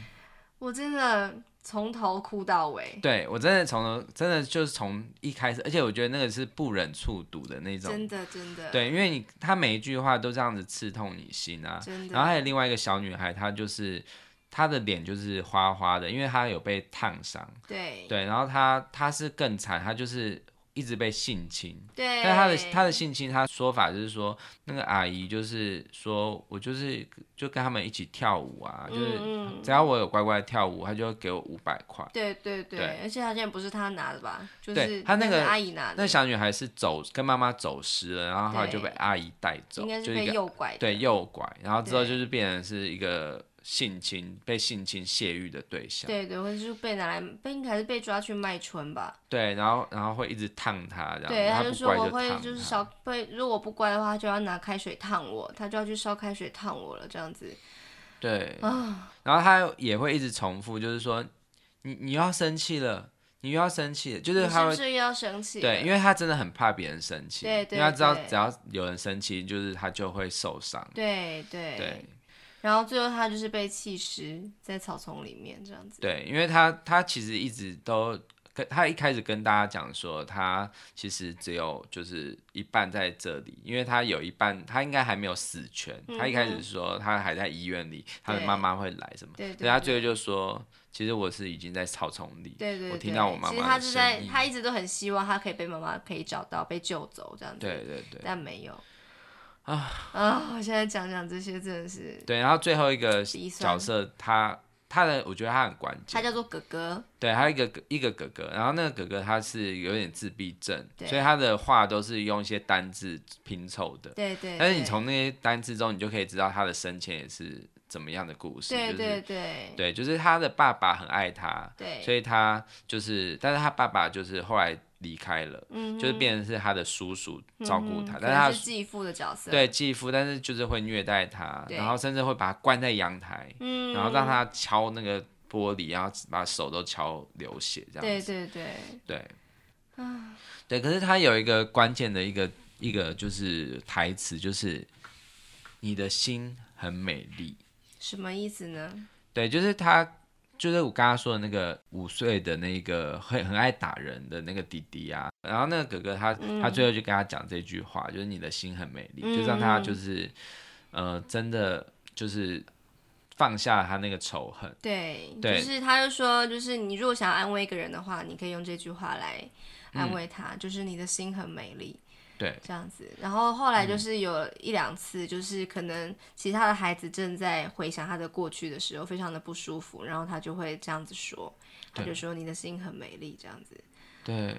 S2: 我真的从头哭到尾，
S1: 对我真的从头真的就是从一开始，而且我觉得那个是不忍触睹的那种，
S2: 真的真的，
S1: 对，因为你他每一句话都这样子刺痛你心啊。
S2: 真的
S1: 然后还有另外一个小女孩，她就是她的脸就是花花的，因为她有被烫伤。
S2: 对
S1: 对，然后她她是更惨，她就是一直被性侵。
S2: 对，
S1: 但她的她的性侵，她说法就是说，那个阿姨就是说我就是就跟他们一起跳舞啊，就是
S2: 嗯嗯
S1: 只要我有乖乖跳舞，她就会给我五百块。
S2: 对对对，
S1: 对
S2: 而且他现在不是他拿的吧？就
S1: 对
S2: 是
S1: 他那个
S2: 阿姨拿的，
S1: 那小女孩是走跟妈妈走失了，然后后来就被
S2: 对
S1: 阿姨带走，
S2: 应该是
S1: 就一
S2: 被
S1: 个
S2: 诱拐的，
S1: 对，诱拐，然后之后
S2: 对
S1: 就是变成是一个性侵被性侵泄欲的对象，
S2: 对对，或者是被拿来被应该是被抓去卖春吧。
S1: 对，然后然后会一直烫他，这样，
S2: 对，
S1: 他
S2: 就
S1: 不
S2: 说
S1: 乖
S2: 我会
S1: 烫
S2: 就是
S1: 他
S2: 烧会，如果我不乖的话，他就要拿开水烫我，他就要去烧开水烫我了，这样子。
S1: 对，
S2: 啊，
S1: 然后他也会一直重复，就是说你你又要生气了，你又要生气了，就
S2: 你
S1: 是
S2: 是
S1: 他
S2: 不
S1: 会
S2: 是又要生气了？
S1: 对，因为他真的很怕别人生气，
S2: 对
S1: 因为他
S2: 对
S1: 知道
S2: 对
S1: 只要有人生气，就是他就会受伤，
S2: 对对
S1: 对
S2: 然后最后他就是被气湿在草丛里面这样子。
S1: 对，因为他他其实一直都跟他一开始跟大家讲说，他其实只有就是一半在这里，因为他有一半他应该还没有死全。他一开
S2: 嗯
S1: 始
S2: 哼
S1: 说他还在医院里，他的
S2: 对
S1: 妈妈会来什么，
S2: 对
S1: 所以他最后就说，其实我是已经在草丛里。
S2: 对对，
S1: 我听
S2: 对
S1: 到我妈
S2: 其实
S1: 妈
S2: 他
S1: 的
S2: 是
S1: 声
S2: 在，
S1: 音
S2: 他一直都很希望他可以被妈妈可以找到，被救走这样子。
S1: 对对对
S2: 但没有。啊 [laughs] 啊！我现在讲讲这些真的是，
S1: 对，然后最后一个
S2: 鼻
S1: 角
S2: 酸
S1: 色他。他的我觉得他很关
S2: 他
S1: 键，
S2: 叫做哥哥，
S1: 对，还有一个哥一个哥哥，然后那个哥哥他是有点自闭症，
S2: 对
S1: 所以他的话都是用一些单字拼凑的，
S2: 对对
S1: 但是你
S2: 对
S1: 从那些单字中，你就可以知道他的生前也是怎么样的故事，
S2: 对
S1: 就是
S2: 对对
S1: 对，就是他的爸爸很爱他，
S2: 对，
S1: 所以他就是，但是他爸爸就是后来离开了，
S2: 嗯
S1: 就是
S2: 哼
S1: 变成是他的叔叔照顾他，
S2: 嗯哼
S1: 但
S2: 可
S1: 是
S2: 能
S1: 他
S2: 是继父的角色，
S1: 对继父，但是就是会虐待他，
S2: 对
S1: 然后甚至会把他关在阳台，
S2: 嗯，
S1: 然后让他敲那个玻璃，然后把手都敲流血这样子。
S2: 对啊对对，
S1: 对，对，可是他有一个关键的一个一个就是台词，就是你的心很美丽。
S2: 什么意思呢？
S1: 对，就是他，就是我刚刚说的那个五岁的那个很很爱打人的那个弟弟啊，然后那个哥哥他、
S2: 嗯
S1: 他最后就跟他讲这句话，就是你的心很美丽，就让他就是呃真的就是放下他那个仇恨。
S2: 对，
S1: 对
S2: 就是他就说，就是你如果想要安慰一个人的话，你可以用这句话来
S1: 嗯
S2: 安慰他，就是你的心很美丽
S1: 对
S2: 这样子。然后后来
S1: 嗯
S2: 就是有一两次，就是可能其他的孩子正在回想他的过去的时候，非常的不舒服，然后他就会这样子说，他就说你的心很美丽这样子。
S1: 对。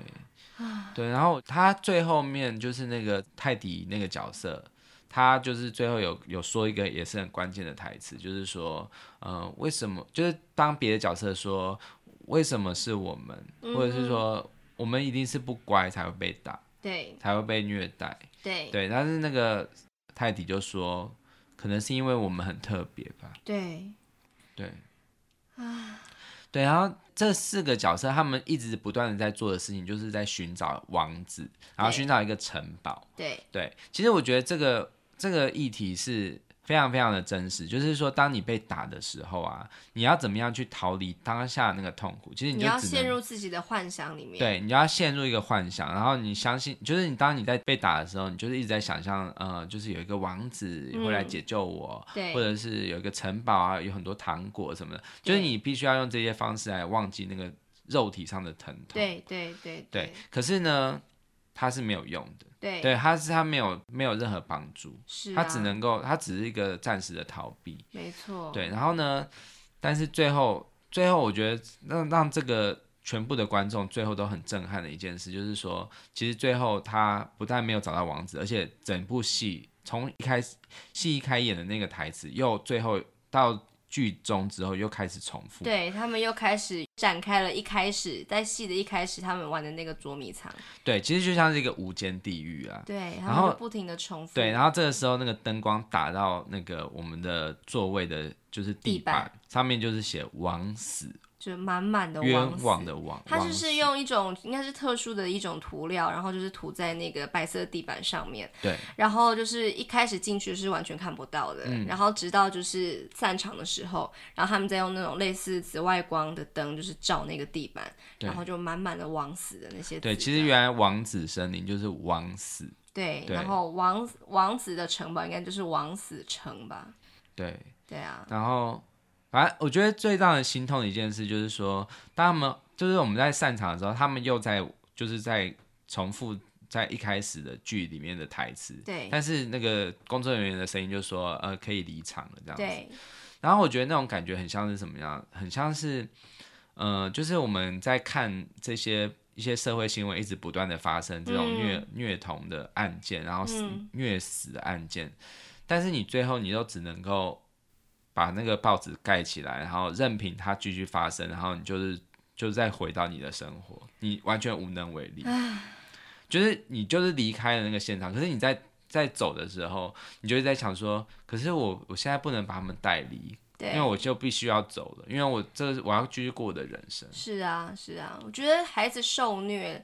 S1: 对，然后他最后面就是那个泰迪那个角色，他就是最后有有说一个也是很关键的台词，就是说，呃，为什么就是当别的角色说为什么是我们，或者是说我们一定是不乖才会被打，
S2: 对
S1: 才会被虐待。
S2: 对
S1: 对，但是那个泰迪就说，可能是因为我们很特别吧。
S2: 对，
S1: 对
S2: 啊，
S1: 对，然后这四个角色他们一直不断的在做的事情，就是在寻找王子，然后
S2: 对
S1: 寻找一个城堡。
S2: 对
S1: 对，其实我觉得这个这个议题是非常非常的真实，就是说，当你被打的时候啊，你要怎么样去逃离当下那个痛苦？其实
S2: 你
S1: 就
S2: 要
S1: 只
S2: 陷
S1: 能
S2: 入自己的幻想里面。
S1: 对，你要陷入一个幻想，然后你相信，就是你当你在被打的时候，你就是一直在想象，呃，就是有一个王子会来
S2: 嗯
S1: 解救我，
S2: 对
S1: 或者是有一个城堡啊，有很多糖果什么的，就是
S2: 对
S1: 你必须要用这些方式来忘记那个肉体上的疼痛。
S2: 对对对
S1: 对，可是呢，它是没有用的。
S2: 对
S1: 对，它是它没有没有任何帮助，
S2: 是
S1: 它
S2: 啊，
S1: 只能够它只是一个暂时的逃避。
S2: 没错，
S1: 对，然后呢，但是最后最后我觉得让让这个全部的观众最后都很震撼的一件事，就是说，其实最后他不但没有找到王子，而且整部戏从一开始戏一开演的那个台词，又最后到剧中之后又开始重复。
S2: 对他们又开始展开了一开始在戏的一开始他们玩的那个捉迷藏，
S1: 对，其实就像是一个无间地狱啊。
S2: 对，
S1: 然
S2: 他
S1: 后
S2: 们就不停的重复，
S1: 对，然后这个时候那个灯光打到那个我们的座位的，就是地
S2: 地板
S1: 上面就是写“枉死”，
S2: 就满满的
S1: 冤枉
S2: 死
S1: 的枉。
S2: 它
S1: 枉
S2: 就
S1: 死
S2: 是用一种应该是特殊的一种涂料，然后就是涂在那个白色地板上面，
S1: 对
S2: 然后就是一开始进去是完全看不到的，
S1: 嗯
S2: 然后直到就是散场的时候，然后他们再用那种类似紫外光的灯，就是照那个地板，
S1: 对
S2: 然后就满满的枉死的那些字
S1: 对，其实原来王子森林就是枉死，
S2: 对，
S1: 对
S2: 然后王王子的城堡应该就是王死城吧？
S1: 对，
S2: 对啊，
S1: 然后反正我觉得最让人心痛的一件事就是说，当他们就是我们在散场的时候，他们又在就是在重复在一开始的剧里面的台词，
S2: 对
S1: 但是那个工作人员的声音就说，呃，可以离场了这样子，
S2: 对
S1: 然后我觉得那种感觉很像是什么样？很像是，呃，就是我们在看这些一些社会新闻一直不断的发生这种虐、虐童的案件，然后死、
S2: 嗯
S1: 虐死的案件，但是你最后你都只能够把那个报纸盖起来，然后任凭它继续发生，然后你就是就再回到你的生活，你完全无能为力。就是你就是离开了那个现场，可是你在在走的时候，你就会在想说，可是我我现在不能把他们带离，因为
S2: 对，
S1: 我就必须要走了，因为我这我要继续过我的人生。
S2: 是啊是啊，我觉得孩子受虐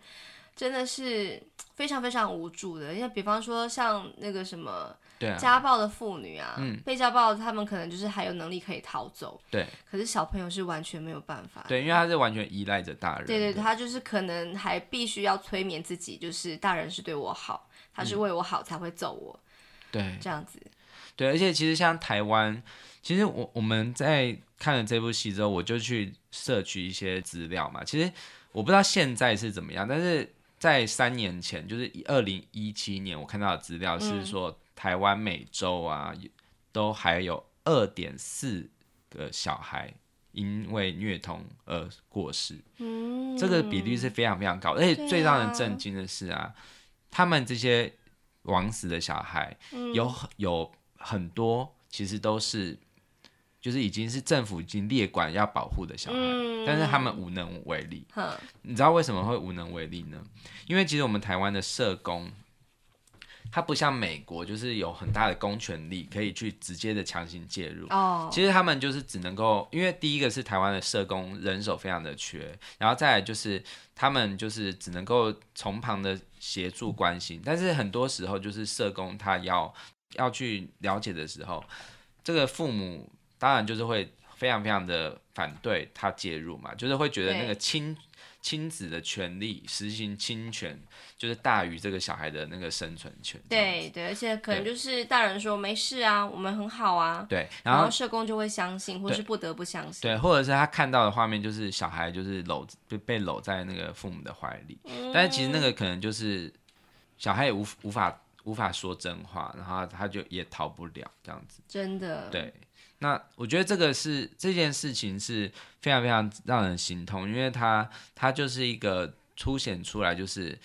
S2: 真的是非常非常无助的，因为比方说像那个什么。
S1: 对啊，嗯
S2: 家暴的妇女啊，被家暴，他们可能就是还有能力可以逃走，
S1: 对
S2: 可是小朋友是完全没有办法。
S1: 对，因为他是完全依赖着大人的。
S2: 对对，他就是可能还必须要催眠自己，就是大人是对我好，他是为我好才会揍我、
S1: 嗯对
S2: 这样子。
S1: 对，而且其实像台湾，其实我我们在看了这部戏之后，我就去摄取一些资料嘛。其实我不知道现在是怎么样，但是在三年前，就是二零一七年，我看到的资料是
S2: 嗯
S1: 说，台湾每周啊都还有二点四个小孩因为虐童而过世。
S2: 嗯，
S1: 这个比率是非常非常高的，而且
S2: 对
S1: 最让人
S2: 啊
S1: 震惊的是啊，他们这些枉死的小孩，有很有很多其实都是，就是已经是政府已经列管要保护的小孩，
S2: 嗯
S1: 但是他们无能为力。
S2: 哼，
S1: 你知道为什么会无能为力呢？因为其实我们台湾的社工，他不像美国，就是有很大的公权力可以去直接的强行介入。
S2: 哦，
S1: 嗯其实他们就是只能够，因为第一个是台湾的社工人手非常的缺，然后再来就是他们就是只能够从旁的协助关心，但是很多时候就是社工他要要去了解的时候，这个父母当然就是会非常非常的反对他介入嘛，就是会觉得那个
S2: 对
S1: 亲亲子的权利实行侵权，就是大于这个小孩的那个生存权这样子。
S2: 对对，而且可能就是大人说没事啊，我们很好啊，
S1: 对，然
S2: 然
S1: 后
S2: 后社工就会相信，或
S1: 对
S2: 是不得不相信。
S1: 对，或者是他看到的画面就是小孩就是搂被被搂在那个父母的怀里，
S2: 嗯，
S1: 但是其实那个可能就是小孩也无无法无法说真话，然后他就也逃不了这样子。
S2: 真的，
S1: 对，那我觉得这个是这件事情是非常非常让人心痛，因为它它就是一个凸显出来就是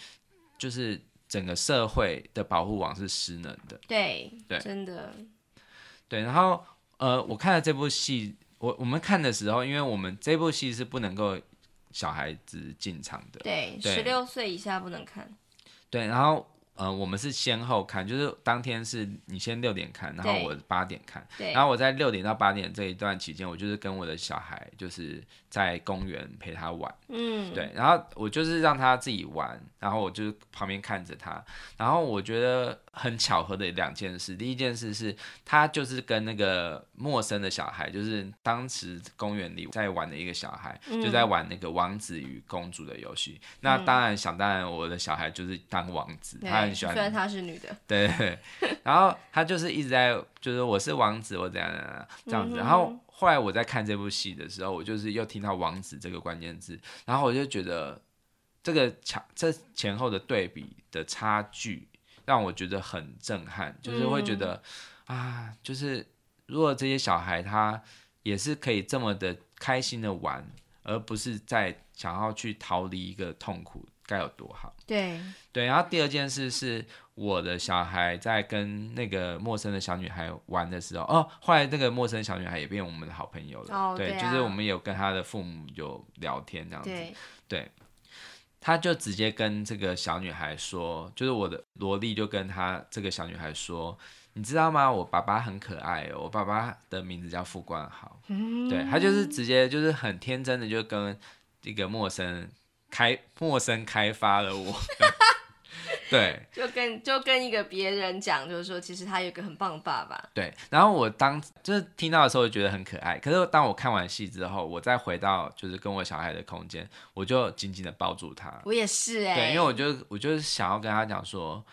S1: 就是整个社会的保护网是失能的。
S2: 对
S1: 对
S2: 真的，
S1: 对，然后呃，我看了这部戏，我我们看的时候，因为我们这部戏是不能够小孩子进场的。
S2: 对，
S1: 对
S2: 十六岁以下不能看。
S1: 对，然后呃，我们是先后看，就是当天是你先六点看，然后
S2: 对
S1: 我八点看，
S2: 对，
S1: 然后我在六点到八点这一段期间，我就是跟我的小孩就是在公园陪他玩，
S2: 嗯，
S1: 对，然后我就是让他自己玩，然后我就旁边看着他，然后我觉得很巧合的两件事，第一件事是他就是跟那个陌生的小孩，就是当时公园里在玩的一个小孩，就
S2: 嗯
S1: 在玩那个王子与公主的游戏。那当然想当然，我的小孩就是当王子，
S2: 对
S1: 他很喜
S2: 虽然
S1: 欢，
S2: 她是女的，
S1: 对对对，然后他就是一直在就是我是王子，我怎样怎样怎样这样子，然后。后来我在看这部戏的时候，我就是又听到“王子”这个关键字，然后我就觉得这个强这前后的对比的差距让我觉得很震撼，就是会觉得、啊，就是如果这些小孩他也是可以这么的开心的玩，而不是在想要去逃离一个痛苦，该有多好。
S2: 对，
S1: 对，然后第二件事是我的小孩在跟那个陌生的小女孩玩的时候，哦，后来那个陌生小女孩也变我们的好朋友了。
S2: 哦
S1: 对，
S2: 对啊
S1: 就是我们有跟她的父母有聊天这样子。
S2: 对，
S1: 他就直接跟这个小女孩说，就是我的萝莉就跟他这个小女孩说，你知道吗？我爸爸很可爱哦，我爸爸的名字叫傅冠豪。
S2: [laughs] 嗯，
S1: 对他就是直接就是很天真的就跟一个陌生开陌生开发了我。
S2: [laughs]
S1: 对，
S2: 就跟就跟一个别人讲，就是说，其实他有一个很棒的爸爸。
S1: 对，然后我当就是听到的时候，觉得很可爱。可是当我看完戏之后，我再回到就是跟我小孩的空间，我就紧紧的抱住他。
S2: 我也是哎、
S1: 对，因为我就我就是想要跟他讲说，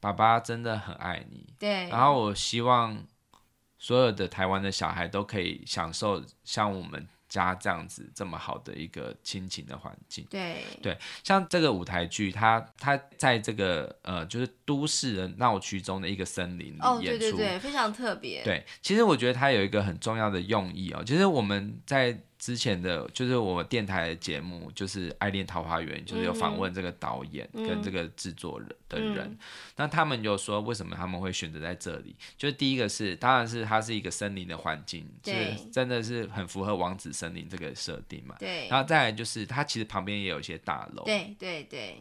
S1: 爸爸真的很爱你。
S2: 对，
S1: 然后我希望所有的台湾的小孩都可以享受像我们家这样子这么好的一个亲情的环境。
S2: 对
S1: 对，像这个舞台剧，它它在这个呃就是都市的闹区中的一个森林
S2: 哦，
S1: 里
S2: 对
S1: 演
S2: 对
S1: 出。
S2: 对，非常特别。
S1: 对，其实我觉得它有一个很重要的用意哦。其实我们在之前的，就是我电台的节目，就是《爱恋桃花源》，就是有
S2: 嗯
S1: 访
S2: 哼
S1: 问这个导演跟这个制作人的人。
S2: 嗯
S1: 那他们就说，为什么他们会选择在这里？就是第一个是，当然是它是一个森林的环境，就
S2: 对
S1: 是真的是很符合王子森林这个设定嘛。
S2: 对
S1: 然后再来就是，它其实旁边也有一些大楼，
S2: 对对对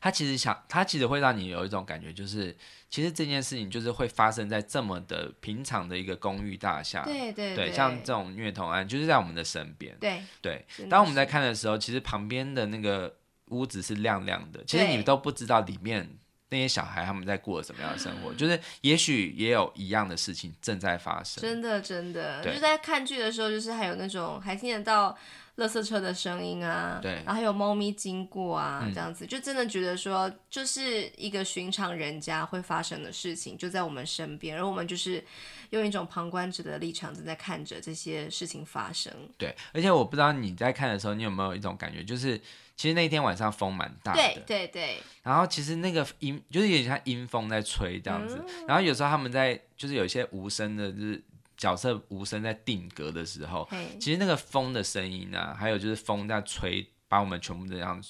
S1: 它其实想，它其实会让你有一种感觉，就是其实这件事情就是会发生在这么的平常的一个公寓大厦，
S2: 对对
S1: 啊对，像这种虐童案就是在我们的身边。
S2: 对，
S1: 对，
S2: 真的
S1: 当我们在
S2: 是
S1: 看的时候，其实旁边的那个屋子是亮亮的，其实
S2: 对
S1: 你都不知道里面那些小孩他们在过什么样的生
S2: [laughs]
S1: 活，就是也许也有一样的事情正在发生。
S2: 真的真的，
S1: 对
S2: 就在看剧的时候，就是还有那种还听得到垃圾车的声音啊，
S1: 对
S2: 然后还有猫咪经过啊，
S1: 嗯
S2: 这样子，就真的觉得说，就是一个寻常人家会发生的事情，就在我们身边，而我们就是用一种旁观者的立场，正在看着这些事情发生。
S1: 对，而且我不知道你在看的时候，你有没有一种感觉，就是其实那天晚上风蛮大的，
S2: 对对对，
S1: 然后其实那个阴就是有点像阴风在吹这样子，
S2: 嗯
S1: 然后有时候他们在就是有一些无声的，就是角色无声在定格的时候，
S2: 嘿，
S1: 其实那个风的声音啊，还有就是风在吹，把我们全部这样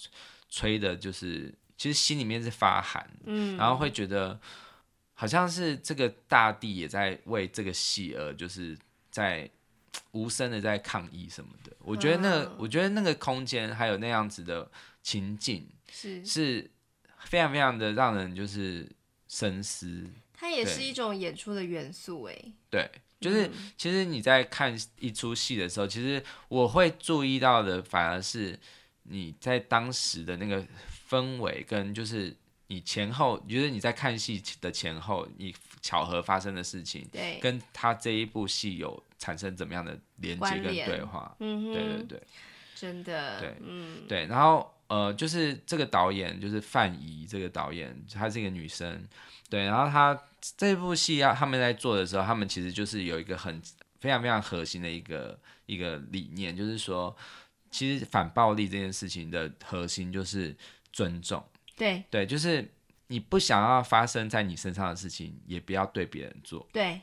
S1: 吹的，就是其实心里面是发寒的，
S2: 嗯，
S1: 然后会觉得好像是这个大地也在为这个戏而就是在无声的在抗议什么的。我觉得那个，
S2: 嗯
S1: 我觉得那个空间还有那样子的情境。
S2: 是
S1: 是非常非常的让人就是深思。
S2: 它也
S1: 对
S2: 是一种演出的元素，哎，
S1: 对，就是
S2: 嗯
S1: 其实你在看一出戏的时候，其实我会注意到的反而是你在当时的那个氛围跟就是你前后，就是你在看戏的前后，你巧合发生的事情，
S2: 对，
S1: 跟他这一部戏有产生怎么样的连接
S2: 关
S1: 跟
S2: 联
S1: 对话。
S2: 嗯哼，
S1: 对对对。
S2: 真的，
S1: 对
S2: 嗯，
S1: 对，然后呃，就是这个导演就是范怡这个导演，她是一个女生，对，然后她这部戏啊，他们在做的时候，他们其实就是有一个很非常非常核心的一个一个理念，就是说，其实反暴力这件事情的核心就是尊重，
S2: 对
S1: 对，就是你不想要发生在你身上的事情，也不要对别人做，
S2: 对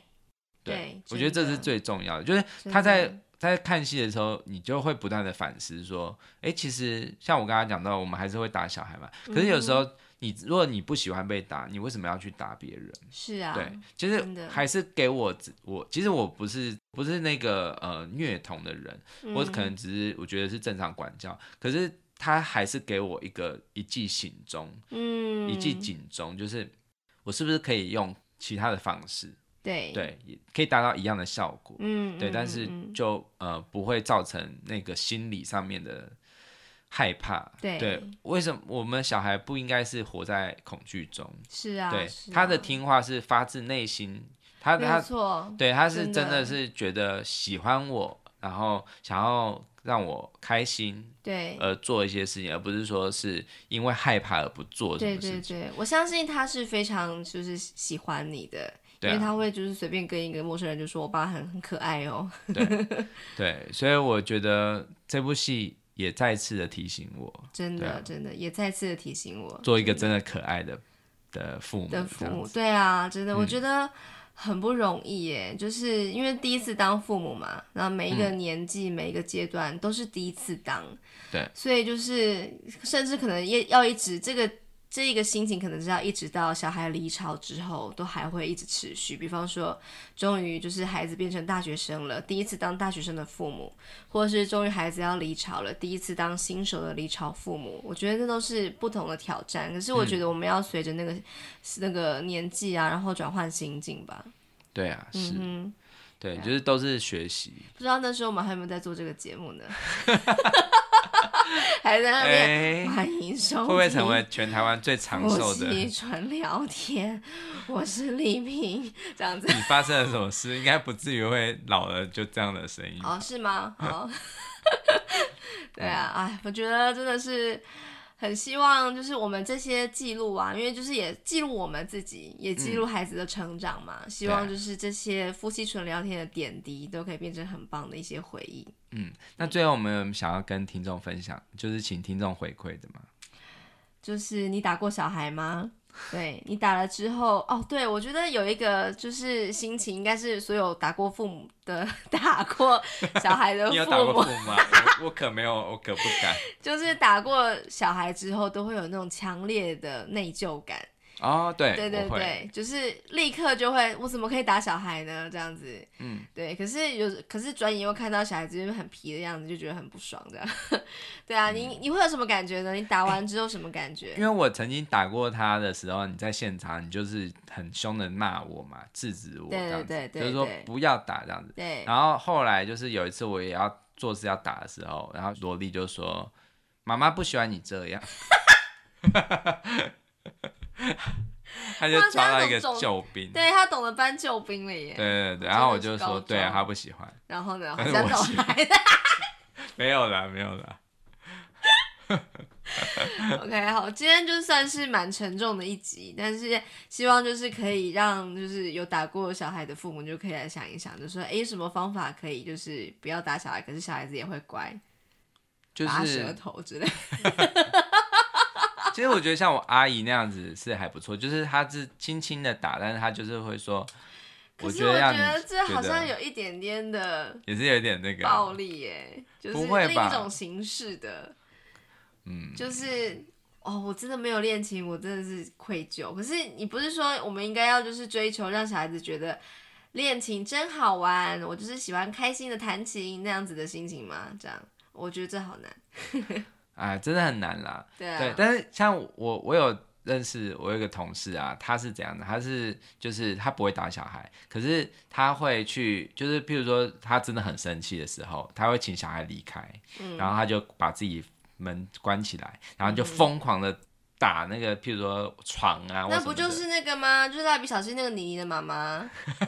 S1: 对
S2: 对
S1: 我觉得这
S2: 真
S1: 是
S2: 的
S1: 最重要的，就是
S2: 真
S1: 他
S2: 的
S1: 在在看戏的时候，你就会不断的反思说，哎、其实像我刚刚讲到，我们还是会打小孩嘛。可是有时
S2: 嗯
S1: 候你如果你不喜欢被打，你为什么要去打别人？
S2: 是啊，
S1: 对，其实
S2: 真的
S1: 还是给我自我，其实我不是不是那个呃虐童的人，
S2: 嗯，
S1: 我可能只是我觉得是正常管教，可是他还是给我一个一记醒钟，
S2: 嗯
S1: 一记警钟，就是我是不是可以用其他的方式，
S2: 对，
S1: 对，也可以达到一样的效果，
S2: 嗯，
S1: 对，
S2: 嗯
S1: 但是
S2: 嗯嗯
S1: 就呃不会造成那个心理上面的害怕，
S2: 对
S1: 为什么我们小孩不应该是活在恐惧中？
S2: 是啊，
S1: 对
S2: 是，
S1: 他的
S2: 啊
S1: 听话是发自内心，他
S2: 没有
S1: 他
S2: 错，
S1: 对，他是
S2: 真
S1: 真的
S2: 的
S1: 是觉得喜欢我，然后想要让我开心
S2: 对。
S1: 而做一些事情，而不是说是因为害怕而不做什
S2: 对
S1: 么
S2: 对
S1: 事情。
S2: 对，我相信他是非常就是喜欢你的，
S1: 对
S2: 因为
S1: 啊
S2: 他会就是随便跟一个陌生人就说我爸很很可爱哦。
S1: 对，所以我觉得这部戏也再次的提醒我，
S2: 真
S1: 对
S2: 的、
S1: 啊
S2: 真的也再次的提醒我
S1: 做一个真的可爱的的父母。
S2: 的父
S1: 这样
S2: 母，
S1: 子
S2: 对啊，真的，我
S1: 嗯
S2: 觉得很不容易耶，就是因为第一次当父母嘛，然后每一个
S1: 嗯
S2: 年纪、每一个阶段都是第一次当，
S1: 对，
S2: 所以就是甚至可能也要一直这个。这一个心情可能是要一直到小孩离巢之后，都还会一直持续。比方说，终于就是孩子变成大学生了，第一次当大学生的父母，或者是终于孩子要离巢了，第一次当新手的离巢父母，我觉得那都是不同的挑战。可是我
S1: 嗯
S2: 觉得我们要随着那个、那个年纪啊，然后转换心境吧。
S1: 对啊，是，
S2: 嗯哼，
S1: 对，就是都是学习。
S2: 不知道那时候我们还有没有在做这个
S1: [laughs]
S2: 节目呢？还在那边、
S1: 哎、
S2: 欢迎收听，
S1: 会不会成为全台湾最长寿的？
S2: 夫妻纯聊天？我是丽萍，这样子
S1: 你发生了什么事？应该不至于会老了就这样的声音。
S2: 哦，是吗？哦， [laughs] 对啊，哎，我觉得真的是很希望，就是我们这些记录啊，因为就是也记录我们自己，也
S1: 嗯
S2: 记录孩子的成长嘛。希
S1: 啊
S2: 望就是这些夫妻纯聊天的点滴，都可以变成很棒的一些回忆。
S1: 嗯，那最后我们有想要跟听众分享，就是请听众回馈的嘛。
S2: 就是你打过小孩吗？对你打了之后，哦，对我觉得有一个就是心情，应该是所有打过父母的 [laughs] 打过小孩的
S1: 你有打
S2: 呃父
S1: 过
S2: 母
S1: 父，母吗？我我可没有，我可不敢。
S2: 就是打过小孩之后，都会有那种强烈的内疚感。
S1: 哦，对，
S2: 对对
S1: 我会，
S2: 对，就是立刻就会，我怎么可以打小孩呢？这样子，
S1: 嗯，
S2: 对。可是有，可是转眼又看到小孩子就是很皮的样子，就觉得很不爽，这样。 [laughs] 对啊，你你会有什么感觉呢？你打完之后什么感觉
S1: 嗯因？为我曾经打过他的时候，你在现场，你就是很凶的骂我嘛，制止我
S2: 对
S1: 这样子，
S2: 对对
S1: 就是说
S2: 对
S1: 不要打这样子。
S2: 对，
S1: 然后后来就是有一次我也要做事要打的时候，然后萝莉就说：“妈妈不喜欢你这样。” [laughs] 他就抓到一个救兵，
S2: 对他懂得搬救兵了耶。
S1: 对对对，
S2: 真的
S1: 然后我就
S2: 高
S1: 说，
S2: 招
S1: 对啊，他不喜欢，
S2: 然后呢，好
S1: 但是
S2: 像
S1: 我
S2: 懂
S1: 喜
S2: 来的。
S1: 没有啦，没有啦，
S2: OK，好，今天就算是蛮沉重的一集，但是希望就是可以让就是有打过小孩的父母就可以来想一想，就说诶什么方法可以就是不要打小孩，可是小孩子也会乖，
S1: 就
S2: 拔舌
S1: 是
S2: 头之类的。
S1: 其实我觉得像我阿姨那样子是还不错，就是她是轻轻的打，但是她就是会说，
S2: 可是
S1: 觉
S2: 我
S1: 得
S2: 觉
S1: 让你
S2: 得这好
S1: 觉
S2: 像有一点点的
S1: 也是有点那个啊，
S2: 暴力耶，就是
S1: 不会
S2: 另
S1: 吧
S2: 一种形式的，
S1: 嗯，
S2: 就是。哦，我真的没有恋情，我真的是愧疚。可是你不是说我们应该要就是追求让小孩子觉得恋情真好玩，我就是喜欢开心的弹琴那样子的心情吗？这样我觉得这好难。
S1: 哎，真的很难啦。
S2: 对啊，
S1: 对，但是像我，我有认识我有一个同事啊，他是怎样的？他是就是他不会打小孩，可是他会去，就是譬如说他真的很生气的时候，他会请小孩离开，
S2: 嗯
S1: 然后他就把自己门关起来，然后就疯狂的打那个譬如说床啊，或
S2: 那
S1: 什
S2: 不
S1: 么
S2: 就
S1: 的
S2: 是那个吗？就是蜡笔小新那个妮妮的
S1: [laughs]
S2: 妈妈，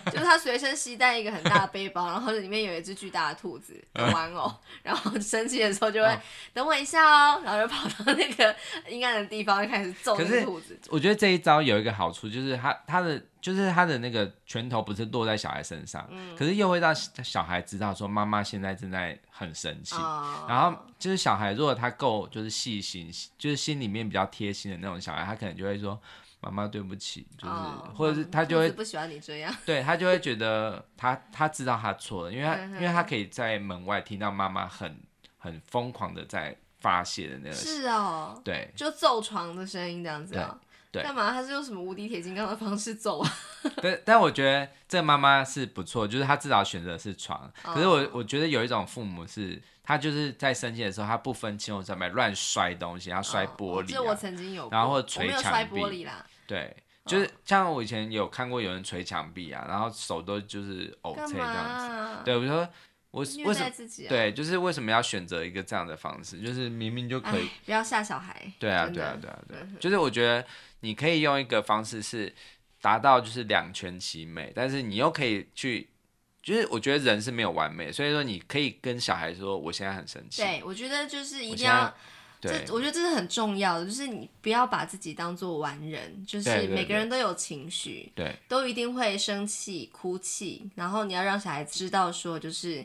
S2: 就是她随身携带一个很大的背包，然后里面有一只巨大的兔子的
S1: 嗯
S2: 玩偶， [laughs] 然后生气的时候就会、
S1: 哦
S2: 等我一下哦，然后就跑到那个阴暗的地方就开始揍那
S1: 可
S2: 个
S1: 是
S2: 兔子。
S1: 我觉得这一招有一个好处，就是他他的就是他的那个拳头不是落在小孩身上，
S2: 嗯
S1: 可是又会让小小孩知道说妈妈现在正在很生气，
S2: 哦
S1: 然后就是小孩，如果他够就是细心，就是心里面比较贴心的那种小孩，他可能就会说：“妈妈对不起，就是、
S2: 哦
S1: 或者是
S2: 嗯
S1: 他就
S2: 我
S1: 会
S2: 只不喜欢你这样，
S1: 对他就会觉得他他知道他错了，因为他
S2: 嗯嗯
S1: 因为他可以在门外听到妈妈很很疯狂的在发泄的那个，
S2: 是哦，
S1: 呃对
S2: 就揍床的声音这样子啊、
S1: 对对
S2: 干嘛？他是用什么无敌铁金刚的方式揍啊？
S1: 但但我觉得这妈妈是不错，就是她至少选择的是床。
S2: 哦
S1: 可是我我觉得有一种父母是，他就是在生气的时候，他不分青红皂白乱摔东西，他摔玻
S2: 哦这我
S1: 璃、啊，
S2: 曾经有过，
S1: 然后或者捶
S2: 我没有
S1: 墙
S2: 摔
S1: 壁
S2: 玻璃啦，
S1: 对。
S2: 嗯
S1: 就是像我以前有看过有人捶墙壁啊，然后手都就是呕
S2: 干
S1: 菜这
S2: 嘛
S1: 样子。
S2: 啊？
S1: 对，我就说，我
S2: 虐
S1: 为什
S2: 待
S1: 么？
S2: 自己、啊？
S1: 对，就是为什么要选择一个这样的方式？就是明明就可以
S2: 哎，不要吓小孩。
S1: 对啊，
S2: 真
S1: 对
S2: 的
S1: 啊，对啊，对啊，就是我觉得你可以用一个方式是达到就是两全其美，但是你又可以去，就是我觉得人是没有完美，所以说你可以跟小孩说我现在很生气，
S2: 对，我觉得就是一
S1: 我
S2: 定
S1: 现在
S2: 要，这
S1: 对
S2: 我觉得这是很重要的，就是你不要把自己当做完人，就是
S1: 对对
S2: 每个
S1: 对
S2: 人都有情绪，
S1: 对
S2: 都一定会生气、哭泣，然后你要让小孩知道说，就是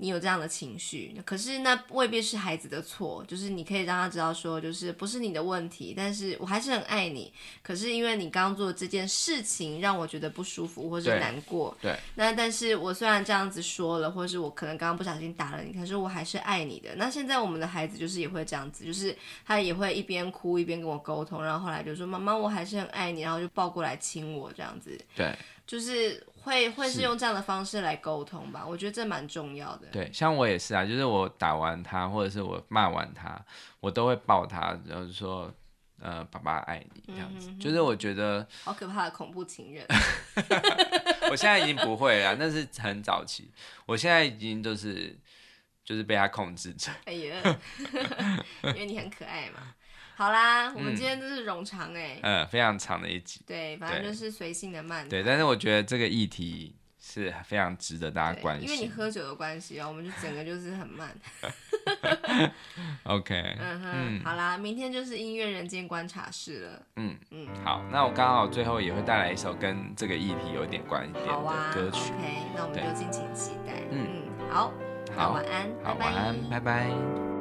S2: 你有这样的情绪，可是那未必是孩子的错，就是你可以让他知道说，就是不是你的问题，但是我还是很爱你，可是因为你刚做这件事情让我觉得不舒服或是
S1: 对
S2: 难过，
S1: 对
S2: 那但是我虽然这样子说了，或是我可能刚刚不小心打了你，可是我还是爱你的。那现在我们的孩子就是也会这样子，就是他也会一边哭一边跟我沟通，然后后来就说妈妈我还是很爱你，然后就抱过来亲我这样子，
S1: 对
S2: 就是会会是
S1: 是
S2: 用这样的方式来沟通吧。我觉得这蛮重要的。
S1: 对，像我也是啊，就是我打完他或者是我骂完他，我都会抱他，然后就说呃爸爸爱你这样
S2: 嗯
S1: 子，就是我觉得
S2: 好可怕的恐怖情
S1: [laughs]
S2: 人，
S1: 我现在已经不会了，那是很早期，我现在已经就是就是被他控制着。[laughs]
S2: 哎呀，因为你很可爱嘛。好啦，我们今天真是冗长哎、
S1: 呃，非常长的一集。
S2: 对，反正
S1: 对
S2: 就是随性的漫谈。
S1: 对，但是我觉得这个议题是非常值得大家
S2: 对
S1: 关
S2: 因为你
S1: 心。
S2: 喝酒的关系哦，我们就整个就是很慢。
S1: OK，
S2: 嗯哼，好啦，明天就是音乐人间观察室了。
S1: 嗯
S2: 嗯，
S1: 好，那我刚好最后也会带来一首跟这个议题有点关联
S2: 好啊
S1: 的歌曲。
S2: OK，那我们
S1: 对
S2: 就敬请期待。
S1: 嗯
S2: 嗯，好，那
S1: 好
S2: 晚安，
S1: 好，
S2: 拜拜
S1: 晚安，拜拜